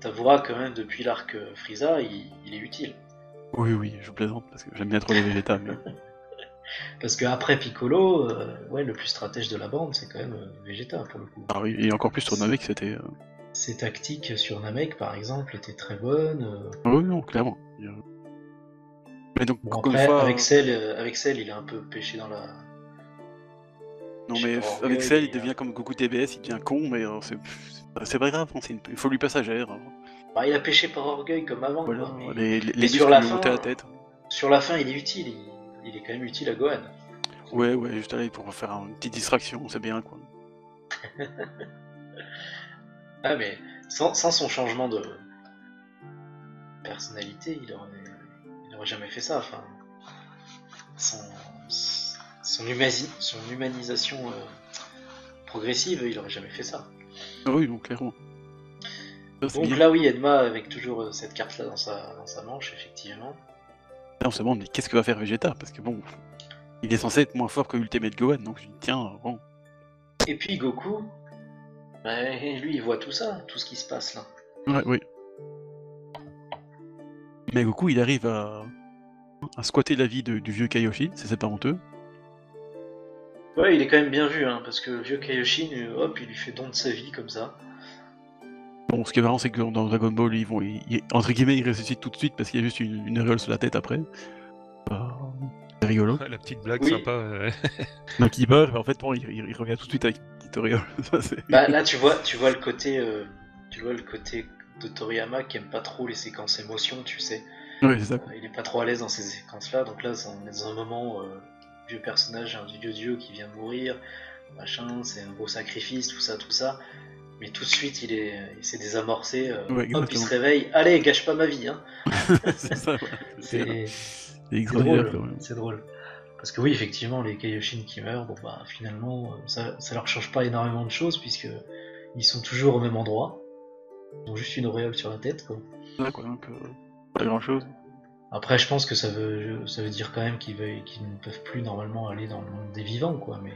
t'avoueras quand même, depuis l'arc euh, Frieza, il, il est utile.
Oui, oui, je plaisante parce que j'aime bien trop les Vegeta. mais-
Parce que après Piccolo, euh, ouais, le plus stratège de la bande, c'est quand même euh, Vegeta, pour le coup.
Ah oui, et encore plus tournavé que c'était. euh,
Ses tactiques sur Namek, par exemple, étaient très bonnes. euh,
Ah oui, non, clairement. Et, euh, Mais donc,
Bon,
encore une
après,
fois,
avec
euh,
Cell, euh, avec Cell, il a un peu pêché dans la...
non,
je sais
mais
pas,
f-
orgueil,
avec celle, il
mais,
devient comme Goku TBS, il devient con, mais euh, c'est- c'est- c'est pas grave, hein, c'est une, une folie passagère. hein.
Bah, il a pêché par orgueil, comme avant,
Voilà,
quoi, mais-
les, les, les
mais sur
muscles
la
lui ont
fin,
monté à la tête.
Sur la fin, il est utile. Il, il est quand même utile à Gohan.
Ouais, ouais, juste aller pour faire une petite distraction, c'est bien quoi.
Ah, mais sans, sans son changement de personnalité, il aurait, il aurait jamais fait ça. Enfin, son, son, humasi- son humanisation euh, progressive, il aurait jamais fait ça.
Ah oui, donc clairement. Ça, c'est
Donc
bien.
là, oui, Edma, avec toujours euh, cette carte-là dans sa, dans sa manche, effectivement.
Là, on se demande, mais qu'est-ce que va faire Vegeta Parce que bon, il est censé être moins fort que Ultimate Gohan, donc je dis, tiens, euh, bon.
Et puis Goku, ben, lui, il voit tout ça, tout ce qui se passe là.
Ouais, oui. Mais Goku, il arrive à, à squatter la vie de- du vieux Kaioshin, c'est c'est pas honteux.
Ouais, il est quand même bien vu, hein, parce que le vieux Kaioshin, euh, hop, il lui fait don de sa vie comme ça.
Bon, ce qui est marrant, c'est que dans Dragon Ball, ils vont, ils- ils- entre guillemets, ils ressuscitent tout de suite parce qu'il y a juste une, une auréole sur la tête après. Euh, c'est rigolo.
la petite blague
Hein Oui.
sympa. euh,
Donc il meurt, mais en fait, bon, il, il- il revient tout de suite avec une petite auréole. Ça, c'est-
Bah, là, tu vois, tu vois le côté, euh, tu vois le côté de Toriyama qui aime pas trop les séquences émotions, tu sais.
Ouais, c'est ça.
Euh, Il est pas trop à l'aise dans ces séquences-là, donc là, c'est- on est dans un moment euh, vieux personnage, un vieux dieu qui vient de mourir, machin, c'est un beau sacrifice, tout ça, tout ça. Mais tout de suite, il est, il s'est désamorcé. euh,
Ouais,
hop, il se
exactement.
réveille. Allez, gâche pas ma vie, hein.
c'est ça, ouais.
C'est,
C'est
C'est drôle,
extraordinaire quand même.
c'est drôle. Parce que oui, effectivement, les Kaioshin qui meurent, bon bah finalement, euh, ça, ça leur change pas énormément de choses puisque ils sont toujours au même endroit. Ils ont juste une auréole sur la tête. Quoi.
C'est ça, quoi, donc, euh, pas grand chose.
Après, je pense que ça veut, ça veut dire quand même qu'ils veulent- qu'ils ne peuvent plus normalement aller dans le monde des vivants, quoi. Mais,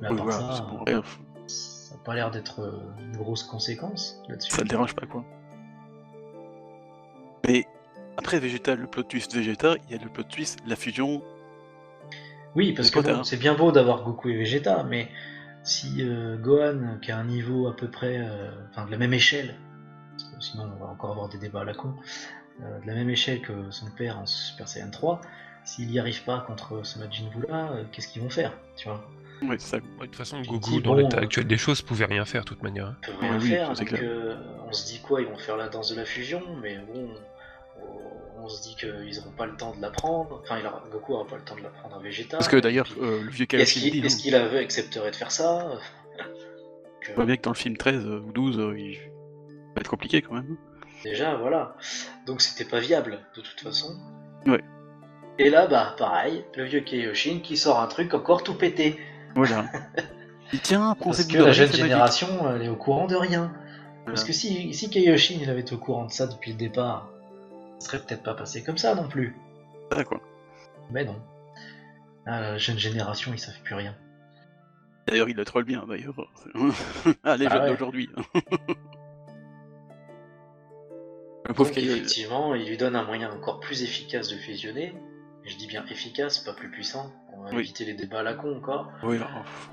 mais à
Oui,
part
voilà,
ça,
c'est bon, ouais, pff,
ça n'a pas l'air d'être euh, une grosse conséquence là-dessus.
ça le dérange pas quoi. Mais après Vegeta, le plot twist Vegeta, il y a le plot twist, la fusion.
Oui, parce que
Mais toi, t'as
bon,
un-
c'est bien beau d'avoir Goku et Vegeta, mais si euh, Gohan, qui a un niveau à peu près, euh, enfin de la même échelle, parce que sinon on va encore avoir des débats à la con, euh, de la même échelle que son père en Super Saiyan 3, s'il n'y arrive pas contre ce Majin Buu là, euh, qu'est-ce qu'ils vont faire Tu vois
Ouais, c'est ça.
De toute façon,
Puis
Goku,
dis
dans
bon,
l'état
euh,
actuel des choses, pouvait rien faire, de toute manière.
Ils peuvent rien
Oui, oui,
faire,
ça, c'est
donc
clair.
euh, on se dit quoi Ils vont faire la danse de la fusion, mais bon, on, on se dit qu'ils n'auront pas le temps de l'apprendre, enfin il aura- Goku n'aura pas le temps de l'apprendre à Vegeta.
Parce que d'ailleurs,
Puis-
euh, le vieux
Est-ce
Kaioshin dit,
qu'il
non,
est-ce qu'il avait accepterait de faire ça Que-
on voit bien que dans le film 13 euh, ou 12, euh, il ça va être compliqué quand même.
Déjà, voilà. Donc c'était pas viable, de toute façon.
Ouais.
Et là, bah, pareil, le vieux Keioshin qui sort un truc encore tout pété.
Voilà. Il dit, tiens, prends
Parce
cette
que la
bouteille,
jeune
c'est magique.
génération, elle est au courant de rien. Parce
Voilà.
que si, si Keioshin il avait été au courant de ça depuis le départ, ça serait peut-être pas passé comme ça non plus.
Ça, quoi.
Mais non. Ah, la jeune génération, ils savent plus rien.
D'ailleurs, il le troll bien, d'ailleurs. ah, les
Ah
jeunes
ouais.
d'aujourd'hui. le pauvre
Donc,
Kaios.
effectivement, il lui donne un moyen encore plus efficace de fusionner. Et Je dis bien efficace, pas plus puissant. On va
Oui.
éviter les débats à la con encore.
Oui, là, pff.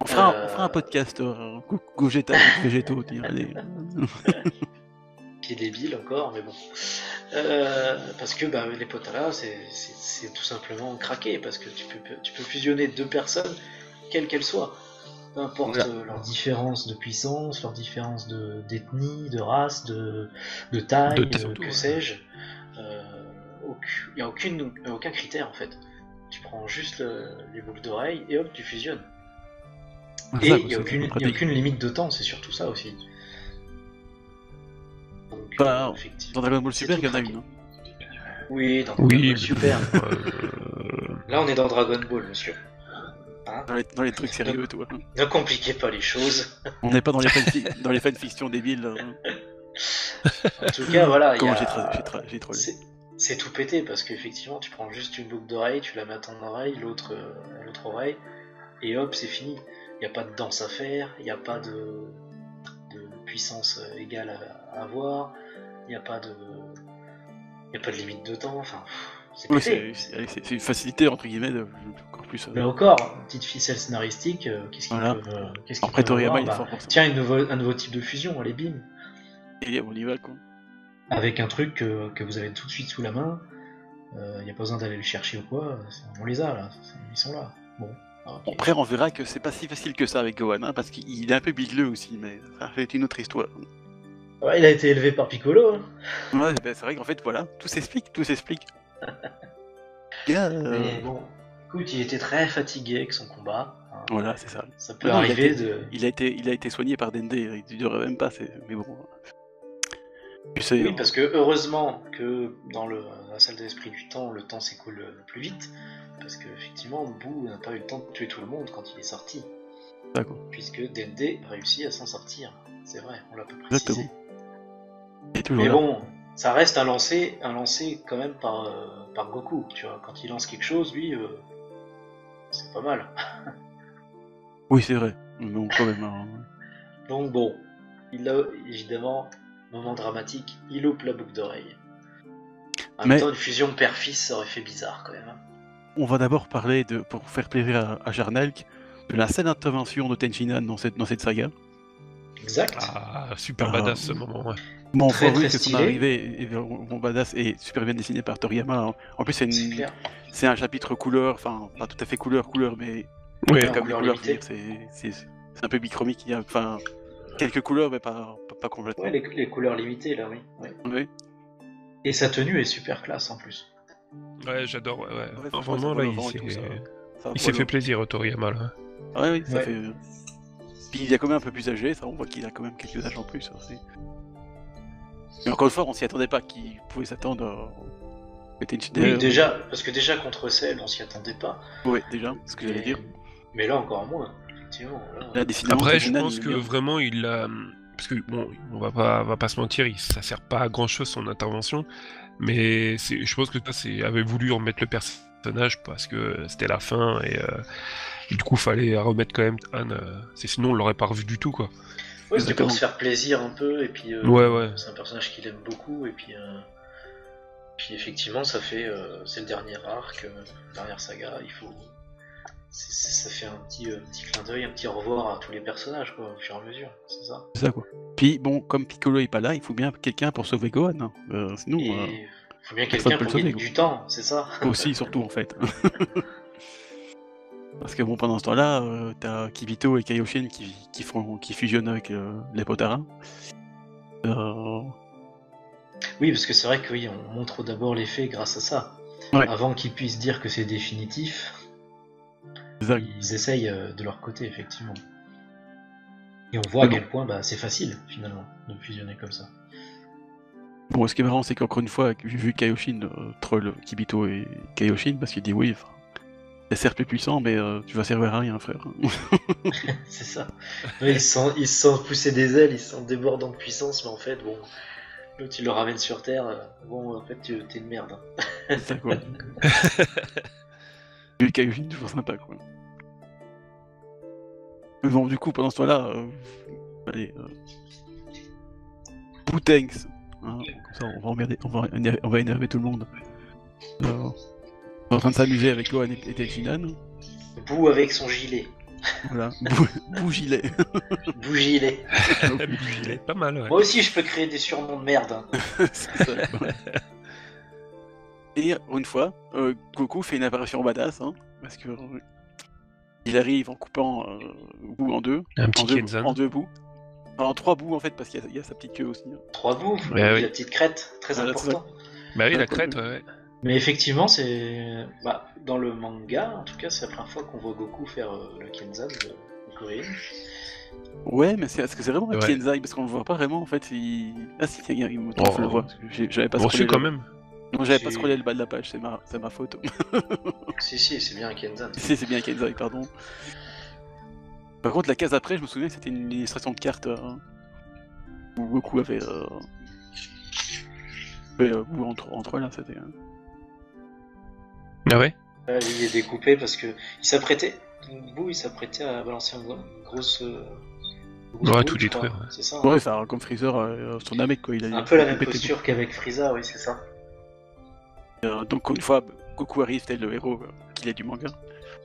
on, fera,
Euh.
on fera un podcast euh, Go- Gogeta contre Végéto. tiens, allez.
Pied débile encore, mais bon. Euh, parce que bah, les potala, c'est- c'est c'est tout simplement craquer. Parce que tu peux, tu peux fusionner deux personnes, quelles qu'elles soient. Peu importe euh, leur différence de puissance, leur différence de- d'ethnie, de, race, de, de taille,
De
euh,
taille,
que
ouais.
sais-je. Euh, aucu- Il n'y a aucune, aucun critère en fait. Tu prends juste le- les boucles d'oreilles et hop, tu fusionnes. Et
Ah, Ça,
il n'y a,
quoi, c'est
aucune- y a
pratique.
aucune limite de temps, c'est surtout ça aussi. Donc,
Bah,
euh, effectivement.
Dans Dragon Ball
C'est
Super,
tout
il y en a
craqué.
une. hein.
Oui, dans Dragon
Oui, bah.
Ball
mais-
Super.
Euh,
Là, on est dans Dragon Ball, monsieur. Hein
Dans, les, dans les trucs sérieux, hein. toi.
Ne compliquez pas les choses.
On n'est pas dans les, fanfi- dans les fanfictions débiles. hein.
En tout cas, voilà. il y
Comment
a-
j'ai tra- j'ai tra- j'ai trollé.
C'est- C'est tout pété parce qu'effectivement, tu prends juste une boucle d'oreille, tu la mets à ton oreille, l'autre euh, à l'autre oreille, et hop, c'est fini. Il n'y a pas de danse à faire, il n'y a pas de, de puissance euh, égale à, à avoir, il n'y a pas de. Il a pas de limite de temps, enfin. pff, C'est
Oui,
pété.
c'est c'est- c'est- c'est une facilité, entre guillemets, de, encore plus. euh,
Là encore, petite ficelle scénaristique, euh, qu'est-ce qu'ils
Voilà.
peuvent. euh, qu'est-ce qu'ils
Après,
peuvent
Toriyama,
avoir
il est
Bah,
fort pour ça.
Tiens, une nouveau- un nouveau type de fusion, allez bim
Et on y va, quoi.
Avec un truc que, que vous avez tout de suite sous la main, il n'y a pas besoin d'aller le chercher ou quoi, on les a là, ils sont là. Bon, ah, ok.
Bon, Après, on verra que c'est pas si facile que ça avec Gohan, hein, parce qu'il est un peu bigleux aussi, mais ça c'est une autre histoire.
Ouais, il a été élevé par Piccolo. hein.
Ouais, ben, c'est vrai qu'en fait, voilà, tout s'explique, tout s'explique. Gars, euh,
Mais bon, écoute, il était très fatigué avec son combat. hein.
Voilà, c'est ça.
Ça peut
Non, il a
arriver
été-
de.
Il a été, il a été soigné par Dende, il ne devrait même pas, c'est- mais bon. Tu sais,
Oui, parce que heureusement que dans le, la salle de l'esprit du temps, le temps s'écoule le plus vite. Parce que effectivement, Boo n'a pas eu le temps de tuer tout le monde quand il est sorti.
D'accord.
Puisque Dende a réussi à s'en sortir. C'est vrai, on l'a pas précisé.
Exactement. il est toujours
Mais
là.
bon, ça reste un lancer, un lancer quand même par, euh, par Goku. Tu vois, quand il lance quelque chose, lui, euh, c'est pas mal.
Oui, c'est vrai. Mais bon, quand même. hein.
Donc bon, il a évidemment, moment dramatique, il loupe la boucle d'oreille. En même
Mais-
temps, une fusion père-fils, ça aurait fait bizarre quand même. hein.
On va d'abord parler, de, pour faire plaisir à, à Jarnalk, de la scène d'intervention de Tenchinan dans cette, dans cette saga.
Exact.
ah, super
Ah.
badass ce moment. ouais.
Bon,
Très,
faut avouer
très
que son
stylé.
arrivée est vraiment badass et super bien dessinée par Toriyama. hein. En plus, c'est une-
C'est clair.
c'est un chapitre couleur, enfin, pas tout à fait couleur, couleur, mais
Ouais.
Ah,
comme les
couleur
couleurs,
limitée.
c'est- c'est c'est un peu bichromique. Il y a enfin, quelques couleurs, mais pas, pas, pas complètement.
Ouais, les, les couleurs limitées là, oui. ouais.
Oui.
Et sa tenue est super classe en plus.
Ouais, j'adore. Ouais, ouais.
Ouais,
Non, vraiment, là,
franchement, ça vole
il
au vent et tout, ça.
s'est-
Ça va
il
pas
s'est
le-
fait plaisir, Toriyama. Là.
Ouais, oui, ça
Ouais.
fait. euh, Puis il est quand même un peu plus âgé, ça, on voit qu'il a quand même quelques âges en plus. hein, c'est- Mais encore une fois, on s'y attendait pas qu'il pouvait s'attendre. euh, au Tenshin-
Oui, déjà, parce que déjà contre Cell, on s'y attendait pas.
Ouais, déjà, ce que j'allais
Mais-
dire.
Mais là encore moins, effectivement. là.
Là, décidément,
Après, je
Tenshinhan,
pense
il est
que
bien.
vraiment, il a. Parce que, bon, on va pas, va pas se mentir, il- ça sert pas à grand chose son intervention. Mais c'est- je pense que ça, c'est avait voulu remettre le personnage parce que c'était la fin et euh, du coup, fallait remettre quand même Anne. euh, c'est- sinon, on l'aurait pas revu du tout, quoi.
Ouais, c'était pour
Exactement.
se faire plaisir un peu, et puis euh,
Ouais, ouais.
c'est un personnage qu'il aime beaucoup, et puis, euh, puis effectivement, ça fait. euh, c'est le dernier arc, euh, dernière saga, il faut. c'est- c'est- ça fait un petit, euh, petit clin d'œil, un petit au revoir à tous les personnages, quoi, au fur et à mesure, c'est ça.
C'est ça quoi. Puis bon, comme Piccolo est pas là, il faut bien quelqu'un pour sauver Gohan. hein. Euh, sinon,
Il
euh,
faut bien
personne
quelqu'un
peut le
pour gagner
sauver, quoi.
du temps, c'est ça.
aussi surtout en fait. Parce que bon, pendant ce temps-là, euh, t'as Kibito et Kaioshin qui, qui, font, qui fusionnent avec euh, les Potara. Euh,
Oui, parce que c'est vrai que oui, on montre d'abord les faits grâce à ça.
Ouais.
Avant qu'ils puissent dire que c'est définitif,
c'est ça.
ils essayent euh, de leur côté, effectivement. Et on voit à
Mais Ah bon.
quel point bah, c'est facile, finalement, de fusionner comme ça.
Bon, ce qui est marrant, c'est qu'encore une fois, j'ai vu Kaioshin euh, troll Kibito et Kaioshin parce qu'il dit oui, enfin, t'es certes plus puissant, mais euh, tu vas servir à rien, frère.
C'est ça. Ouais, ils, sont, ils se sentent pousser des ailes, ils se sentent débordants de puissance, mais en fait, bon, l'autre il le ramène sur Terre. euh, Bon, en fait, tu- t'es une merde. hein.
C'est ça, quoi. Lui, Kaioshin, toujours sympa, quoi. Mais bon, du coup, pendant ce temps-là, euh, allez, euh... Boutangs, hein, comme ça, on va emmerder, on va énerver, on va énerver tout le monde. Euh, on est en train de s'amuser avec Gohan et et Tenshinhan,
Bou avec son gilet.
voilà, Bou, Bou gilet.
Bou gilet.
Il est pas mal, ouais.
Moi aussi, je peux créer des surnoms de merde. hein.
C'est ça. Et une fois, euh, Goku fait une apparition badass, hein, parce que euh, il arrive en coupant euh, bout en deux,
Un
en
petit
deux, bouts-
Kenzan.
en deux bouts, Enfin, en trois bouts en fait, parce qu'il y a- il y, a sa petite queue aussi. hein.
Trois bouts,
Ouais,
la
oui.
petite crête, très
Voilà, Ah, c'est ça.
important.
Bah oui, la crête, ouais.
Mais effectivement, c'est. Bah, dans le manga, en tout cas, c'est la première fois qu'on voit Goku faire euh, le Kenzan de, de Kuririn.
Ouais, mais c'est parce que c'est vraiment un
Ouais.
Kenzai, parce qu'on le voit pas vraiment en fait. Il... Ah si, il, il me
Oh.
je le vois, parce que j'ai- j'avais pas
Bon,
scrollé
c'est quand
le...
même.
Non, j'avais pas
Si.
scrollé le bas de la page, c'est ma, c'est ma faute.
Si, si, c'est bien un Kenzan.
si, c'est bien un Kenzai, pardon. Par contre, la case après, je me souviens que c'était une illustration de carte euh, où Goku avait. Euh... fait, euh, bout en, trois- en trois là, c'était. hein.
Ah ouais
Là, lui, il est découpé parce que il s'apprêtait. Bou, il s'apprêtait à balancer un- une grosse. euh, grosse
Ouais,
boule,
tout
je crois.
détruire, ouais.
C'est ça. hein.
Ouais, enfin, comme Freezer, euh, son amec quoi, il a
un peu la même
il a pété-
posture qu'avec Frieza, oui, c'est ça.
Euh, donc, une fois, Goku arrive tel le héros euh, qu'il est du manga.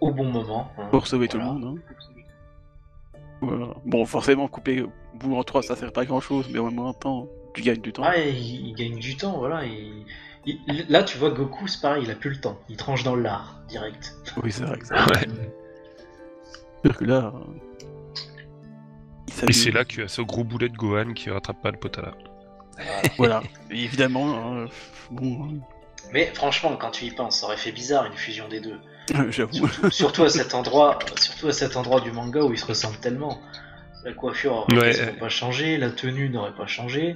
Au bon moment. hein.
pour sauver tout le
Voilà.
monde. hein. Voilà. Bon, forcément, couper bout en trois, ça sert pas à grand chose, mais en même temps, tu gagnes du temps.
Ouais, il, il gagne du temps, voilà. il- il- là, tu vois, Goku, c'est pareil, il a plus le temps. Il tranche dans l'art, direct.
Oui, c'est vrai. que ça-
Ouais.
C'est-à-dire que là. euh, il
Et
s'amuse.
c'est là qu'il y a ce gros boulet de Gohan qui rattrape pas le potala.
Voilà. Et évidemment, hein, bon,
Mais franchement, quand tu y penses, ça aurait fait bizarre une fusion des deux.
euh, j'avoue.
Surtout, surtout à cet endroit, surtout à cet endroit du manga où ils se ressemblent tellement. La coiffure aurait
Ouais.
presque pas changé, la tenue n'aurait pas changé.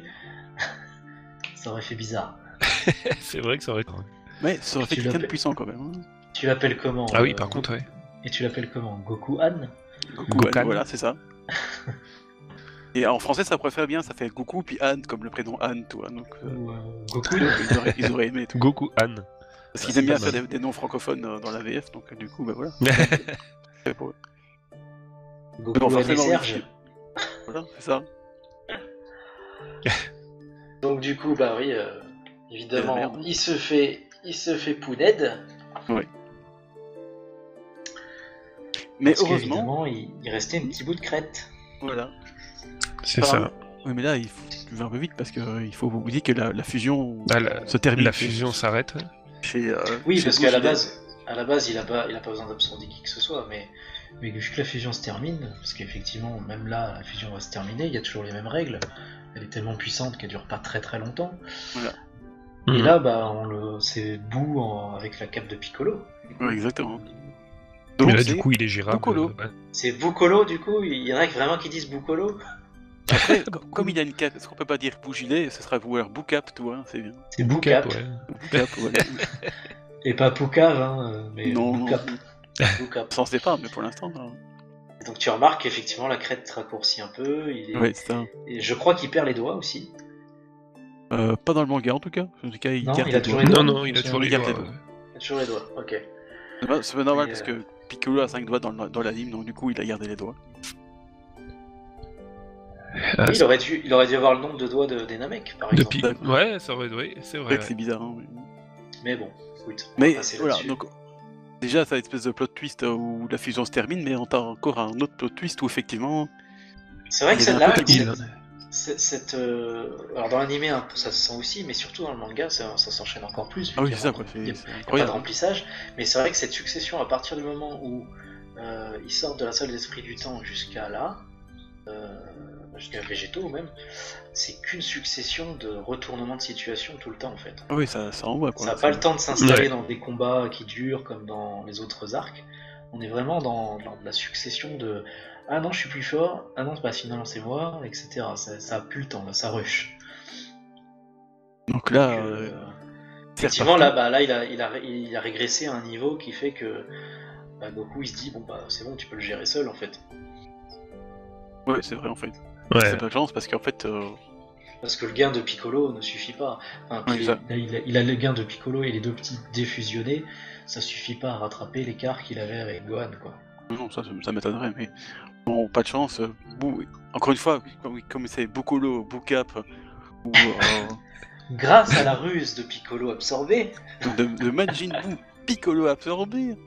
ça aurait fait bizarre.
c'est vrai que ça aurait
Ah
été.
Mais ça aurait
Tu
fait quelqu'un de
l'appelles-
puissant quand même. hein.
Tu l'appelles comment
Ah oui,
euh,
par contre, ouais.
Et tu l'appelles comment Goku Han
Goku,
Gokan.
Han, voilà, c'est ça. Et en français, ça préfère bien, ça fait Goku puis Anne, comme le prénom Anne, toi. Donc, euh,
ou euh, Goku
ils, auraient, ils auraient aimé. Tout.
Goku Han.
Parce qu'ils aiment
pas
bien faire des, des noms francophones euh, dans la VF, donc euh, du coup, bah voilà. C'est pour eux.
Goku Han et
forcément,
Serge
Voilà, c'est ça.
Donc du coup, bah oui, euh,
C'est la
évidemment,
Ah, merde.
il se fait, il se fait pouned.
Mais
parce qu'évidemment,
heureusement,
il, il restait un petit bout de crête.
voilà.
C'est
Par-
ça.
Oui, mais là, il faut tu vas un peu vite parce que euh, il faut vous dire que la, la fusion
Ah, la,
se termine.
la fusion s'arrête. ouais.
Chez, euh,
Oui,
chez
parce qu'à la
Goku, il est-
base, à la base, il a pas, il a pas besoin d'absorber qui que ce soit, mais mais vu que la fusion se termine, parce qu'effectivement, même là, la fusion va se terminer, il y a toujours les mêmes règles. Elle est tellement puissante qu'elle dure pas très très longtemps. Et
Mhm.
là, bah, on le, c'est Bou en- avec la cape de Piccolo.
Ouais, exactement.
Mais
Donc,
là,
c'est-
du coup, il est euh, gérable.
Piccolo.
Ouais.
C'est Boucolo du coup. Il y en a vraiment qui disent Boucolo.
après, co- comme il a une cape, est-ce qu'on peut pas dire bougilet Ce sera vouloir boucap, tout, hein, c'est bien.
C'est
Boucap,
Boucap.
ouais.
Boucap, voilà.
Et pas Poucave, hein, euh, mais
non, non,
Boucap. Boucap.
on s'en sait pas, mais pour l'instant. hein.
Donc tu remarques qu'effectivement la crête se raccourcit un peu. Il est-
Ouais, c'est ça.
Et je crois qu'il perd les doigts aussi.
Euh, pas dans le manga en tout cas. En tout cas, il
Non,
garde
il a
les
toujours
doigts.
les
Non, non, il a
C'est
toujours
un
les
regard
doigts.
des
ouais.
Il a toujours les doigts. Ok.
C'est pas- C'est pas normal
Et,
parce
euh,
que Piccolo a 5 doigts dans, le- dans l'anime, donc du coup, il a gardé les doigts.
Ah,
Oui, il aurait dû, il aurait dû avoir le nombre de doigts de, des Namek, par
De
exemple.
pi- Ouais, ça aurait oui, c'est
C'est vrai
vrai.
que c'est bizarre. hein, mais-
Mais bon, écoute. on va
Mais
passer
voilà,
Ah, là-dessus.
donc déjà, ça espèce de plot twist euh, où la fusion se termine, mais on a encore un autre plot twist où effectivement.
C'est vrai que
il y avait
celle-là,
un peu de
cette, cette- cette, euh, alors dans l'animé un peu, ça se sent aussi, mais surtout dans le manga ça, ça s'enchaîne encore plus. vu
Ah oui,
qu'il y a
c'est ça
un-
quoi,
il y
c'est
a
c'est
pas de
incroyable.
remplissage, mais c'est vrai que cette succession, à partir du moment où euh, ils sortent de la salle d'esprit du temps jusqu'à là, euh, jusqu'à végétaux même, c'est qu'une succession de retournements de situation tout le temps en fait.
Ah oui, ça, ça envoie quoi.
Ça n'a
c'est-
pas le temps de s'installer
Ouais.
dans des combats qui durent comme dans les autres arcs. On est vraiment dans, dans la succession de ah non je suis plus fort, ah non bah finalement c'est moi, etc. Ça, ça a plus le temps, là, ça rush.
Donc là,
Donc,
euh,
euh,
c'est
Effectivement, là,
reparti.
bah, là il, a, il, a, il a régressé à un niveau qui fait que bah, Goku il se dit bon bah c'est bon tu peux le gérer seul en fait
Ouais, c'est vrai en fait.
Ouais.
C'est pas de chance parce qu'en fait, euh,
parce que le gain de Piccolo ne suffit pas. Enfin, puis
Oui,
il,
ça.
là, il a, il a le gain de Piccolo et les deux petits défusionnés, ça suffit pas à rattraper l'écart qu'il avait avec Gohan quoi.
non, ça, ça, ça m'étonnerait, mais bon, pas de chance. euh, Bou- Encore une fois, comme- comme c'est Bokolo, Bookap, ou euh,
Grâce à la ruse de Piccolo absorbé,
de, de Majin Buu, Piccolo absorbé,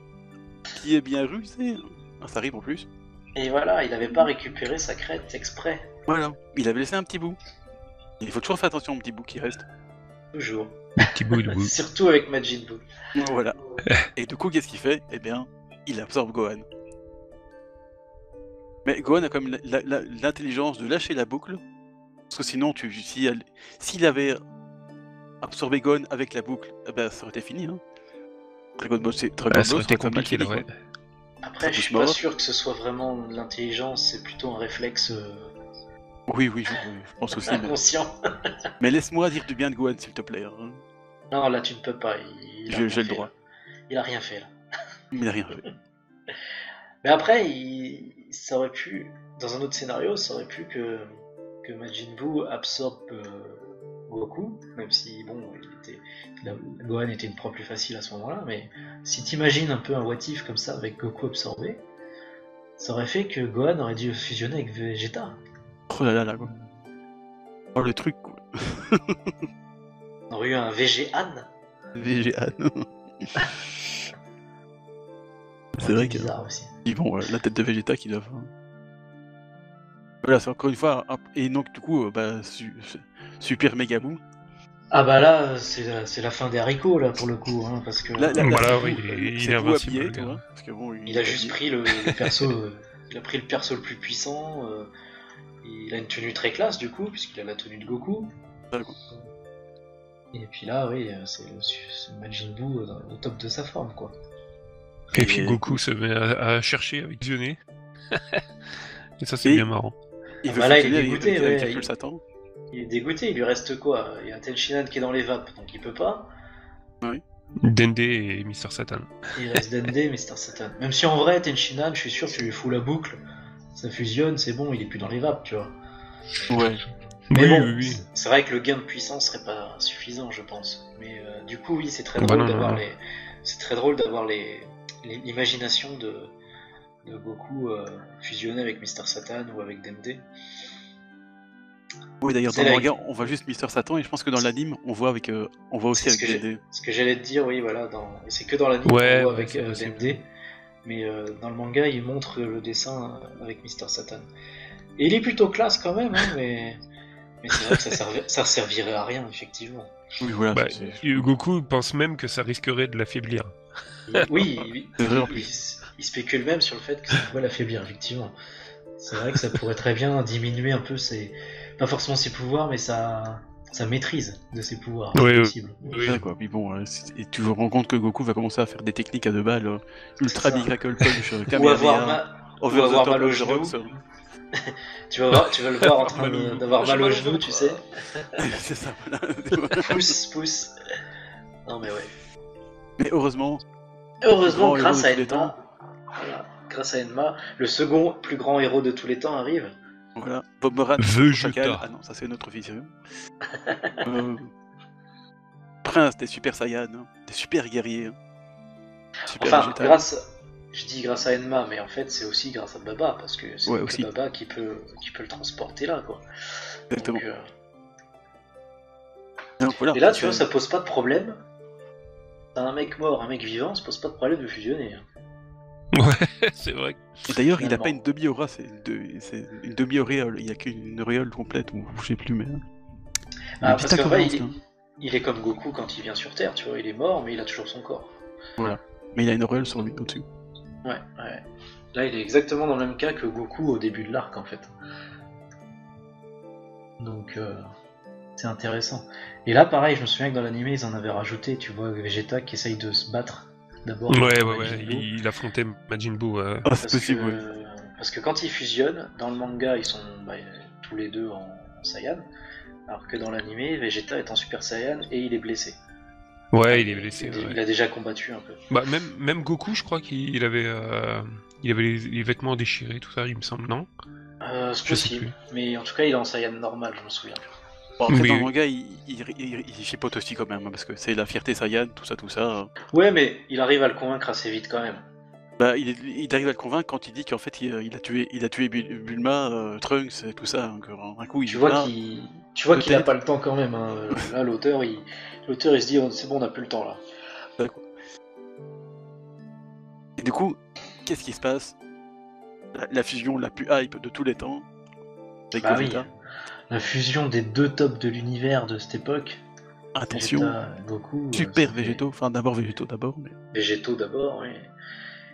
qui est bien rusé. Ah, ça arrive en plus.
et voilà, il n'avait pas récupéré sa crête exprès,
Voilà, il avait laissé un petit bout. Il faut toujours faire attention au petit bout qui reste.
toujours.
Petit bout de bout.
Surtout avec Majin Buu.
Voilà. Et du coup, qu'est-ce qu'il fait Eh bien, il absorbe Gohan. Mais Gohan a quand même la- la- la- l'intelligence de lâcher la boucle. Parce que sinon, tu, si elle- s'il avait absorbé Gohan avec la boucle, eh ben, ça aurait été fini. Hein. Dragon Ball, c'est Dragon
Ah,
Ball,
ça aurait été
aurait été
compliqué,
fini,
ouais.
quoi.
Après, je
pousse
suis pas
mort.
sûr que ce soit vraiment de l'intelligence, c'est plutôt un réflexe euh,
Oui, oui, je, je pense aussi. Mais,
inconscient.
mais laisse-moi dire du bien de Gohan, s'il te plaît. hein.
Non, là tu ne peux pas. Il, il a
Je-
rien
j'ai le
fait,
droit.
là. Il a rien fait là.
Il n'a rien fait.
Mais après, il- ça aurait pu, dans un autre scénario, ça aurait pu que, que Majin Buu absorbe euh, Goku, même si, bon, il était, la- Gohan était une proie plus facile à ce moment-là, mais si t'imagines un peu un what if comme ça, avec Goku absorbé, ça aurait fait que Gohan aurait dû fusionner avec Vegeta.
Oh là là là, quoi. Oh, le truc, quoi.
On aurait eu un VGAN.
VGA, non. C'est vrai que.
bizarre aussi.
Ils vont, euh, la tête de Vegeta qui doivent. hein. Voilà, c'est encore une fois. un- Et donc, du coup, euh, bah, su- su- Super Mega Boo.
Ah bah là, c'est la, c'est la fin des haricots, là, pour le coup, hein, parce que...
Là, là,
Voilà,
là,
oui,
Boo,
il
euh,
est- il
c'est
est
Boo
invincible,
habillé,
le gars.
tu vois, parce que bon,
Il a juste
habillé.
pris le, le perso, euh, il a pris le perso le plus puissant. euh, il a une tenue très classe du coup, puisqu'il a la tenue de Goku.
D'accord.
Et puis là, oui, euh, c'est le c'est Majin Buu euh, dans- au top de sa forme, quoi.
Et puis
Et-
Goku se met à, à chercher avec du nez. Et ça, c'est
Et-
bien marrant.
Il
Ah
veut
bah là, il est
fonctionner avec-
dégoûté,
avec- avec
ouais,
Hercule
il-
Satan.
Il est dégoûté, il lui reste quoi Il y a Tenshinhan qui est dans les vapes, donc il peut pas.
Dende et Mister Satan.
Et il reste Dende, Mister Satan. Même si en vrai, Tenshinhan, je suis sûr, tu lui fous la boucle, ça fusionne, c'est bon, il est plus dans les vapes, tu vois.
Ouais.
Mais
oui,
bon,
oui, oui.
c'est- c'est vrai que le gain de puissance serait pas suffisant, je pense. Mais euh, du coup, oui, c'est très
Bah non,
drôle
non,
d'avoir
non.
les, c'est très drôle d'avoir les, les- l'imagination de, de Goku euh, fusionné avec Mister Satan ou avec DMD.
Oui, d'ailleurs,
C'est
dans le
la-
manga, on voit juste Mister Satan, et je pense que dans l'anime, on voit avec, euh, on voit aussi
C'est ce
avec
que j'ai-
DD.
Ce que j'allais te dire, oui, voilà, dans... et c'est que dans l'anime
Ouais,
qu'on voit
ouais,
avec
c'est
euh,
possible.
DMD, mais euh, dans le manga, il montre le dessin euh, avec Mister Satan. Et il est plutôt classe quand même, hein, mais, mais c'est vrai que ça, servait- ça servirait à rien, effectivement.
Oui, voilà.
Bah,
c'est-
euh, Goku pense même que ça risquerait de l'affaiblir.
Il- Oui, il-
C'est vrai, en
il, il spécule même sur le fait que ça pourrait l'affaiblir, effectivement. C'est vrai que ça pourrait très bien diminuer un peu ses. Pas forcément ses pouvoirs, mais sa, sa maîtrise de ses pouvoirs.
Oui,
c'est
oui.
possible.
Oui.
Ouais, quoi. Mais bon, euh, c'est- et tu te rends compte que Goku va commencer à faire des techniques à deux balles, euh, ultra
C'est ça.
miracle punch, euh,
Ou
Kamehameha,
avoir ma-
over the
avoir
top
mal au
punch,
genou.
euh,
tu, vas voir- tu veux le voir en train
Mal au-
de- d'avoir
J'ai
mal au
mal au
genou,
dos,
tu
quoi.
sais.
C'est ça, voilà.
Pousse, pousse. Non, mais ouais.
Mais heureusement,
Heureusement,
Grand héros
grâce
de
à
tous les
Enma, voilà, grâce à Enma, le second plus grand héros de tous les temps arrive.
Voilà, Bob Moran,
Vegeta.
Chacal. Ah non, ça c'est notre fils. euh... Prince des Super Saiyans, hein. des super guerriers. hein. Super
Enfin,
Vegeta.
grâce, je dis grâce à Enma, mais en fait c'est aussi grâce à Baba, parce que c'est
Ouais,
que
aussi.
Baba qui peut, qui peut le transporter là, quoi.
Exactement.
Donc, euh,
Donc, euh, voilà,
Et là, tu
c'est-
vois, ça pose pas de problème. T'as un mec mort, un mec vivant, ça pose pas de problème de fusionner. hein.
c'est vrai.
Et D'ailleurs, il a
finalement.
pas une demi-aura, c'est une, de- c'est une demi-auréole, il n'y a qu'une auréole complète, ou je sais plus, mais.
Ah,
Mais
parce
putain,
qu'en vrai,
comment
il,
c'est, hein.
il est comme Goku quand il vient sur Terre, tu vois, il est mort, mais il a toujours son corps.
Mais il a une auréole sur lui, au-dessus.
Ouais, ouais. Là, il est exactement dans le même cas que Goku au début de l'arc, en fait. Donc, euh, c'est intéressant. Et là, pareil, je me souviens que dans l'anime, ils en avaient rajouté, tu vois, Vegeta qui essaye de se battre d'abord.
Ouais,
contre
ouais,
Majin
ouais.
Buu.
Il, il affrontait Majin Buu. euh.
Ah,
Parce
c'est
que,
possible, ouais.
parce que quand ils fusionnent, dans le manga, ils sont bah, tous les deux en, en Saiyan. Alors que dans l'animé, Vegeta est en Super Saiyan et il est blessé.
Ouais, il est blessé.
Il, il
ouais.
a déjà combattu un peu.
Bah, même, même Goku, je crois qu'il il avait, euh, il avait les, les vêtements déchirés, tout ça, il me semble, non
Euh, c'est
Je sais
possible. Mais en tout cas, il est en Saiyan normal, je me souviens.
Bon, après,
Oui,
dans
oui.
le manga, il, il, il- il chipote aussi quand même, hein, parce que c'est la fierté Saiyan, tout ça, hein. tout ça.
Ouais, mais il arrive à le convaincre assez vite quand même.
Bah, il, est- il arrive à le convaincre quand il dit qu'en fait, il, il a tué, il a tué Bul- Bulma, euh, Trunks, et tout ça. Donc, euh, un coup, il
Tu
joue
vois
là.
qu'il, tu vois qu'il a
peut-être.
pas le temps quand même. hein. Euh, Là, l'auteur, il, l'auteur, il se dit, oh, c'est bon, on n'a plus le temps là.
Et du coup, qu'est-ce qui se passe la, la fusion la plus hype de tous les temps. Avec
Bah oui.
Vegeta.
La fusion des deux tops de l'univers de cette époque.
Attention.
Vegeta, Goku. euh,
Super
c'était-
végétaux. Enfin, d'abord végétaux, d'abord. Mais...
Végétaux d'abord, oui.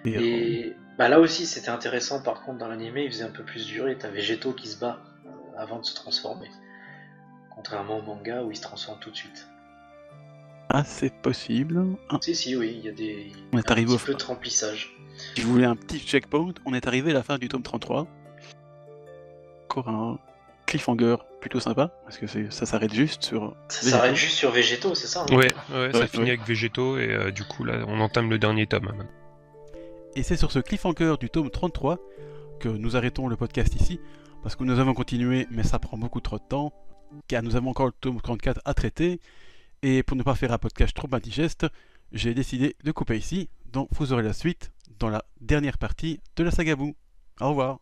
mais, euh,
Et bah là aussi, c'était intéressant. Par contre, dans l'animé, il faisait un peu plus durer. T'as Végétaux qui se bat euh, avant de se transformer. Contrairement au manga où il se transforme tout de suite.
Ah, c'est possible. Ah,
Si, si, oui, il y a des.
on est
Un
arrivé
petit
au
peu de remplissage.
Si vous voulez un petit checkpoint, on est arrivé à la fin du tome 33. Encore un cliffhanger plutôt sympa, parce que c'est- ça s'arrête juste sur.
Ça
Végétaux.
s'arrête juste sur Végétaux, c'est ça hein
Ouais, ouais, ça
Ouais,
finit
ouais.
avec Végétaux, et euh, du coup, là, on entame le dernier tome. hein.
Et c'est sur ce cliffhanger du tome 33 que nous arrêtons le podcast ici, parce que nous avons continué, mais ça prend beaucoup trop de temps, car nous avons encore le tome 34 à traiter, et pour ne pas faire un podcast trop indigeste, j'ai décidé de couper ici, donc vous aurez la suite dans la dernière partie de la saga Boo. Au revoir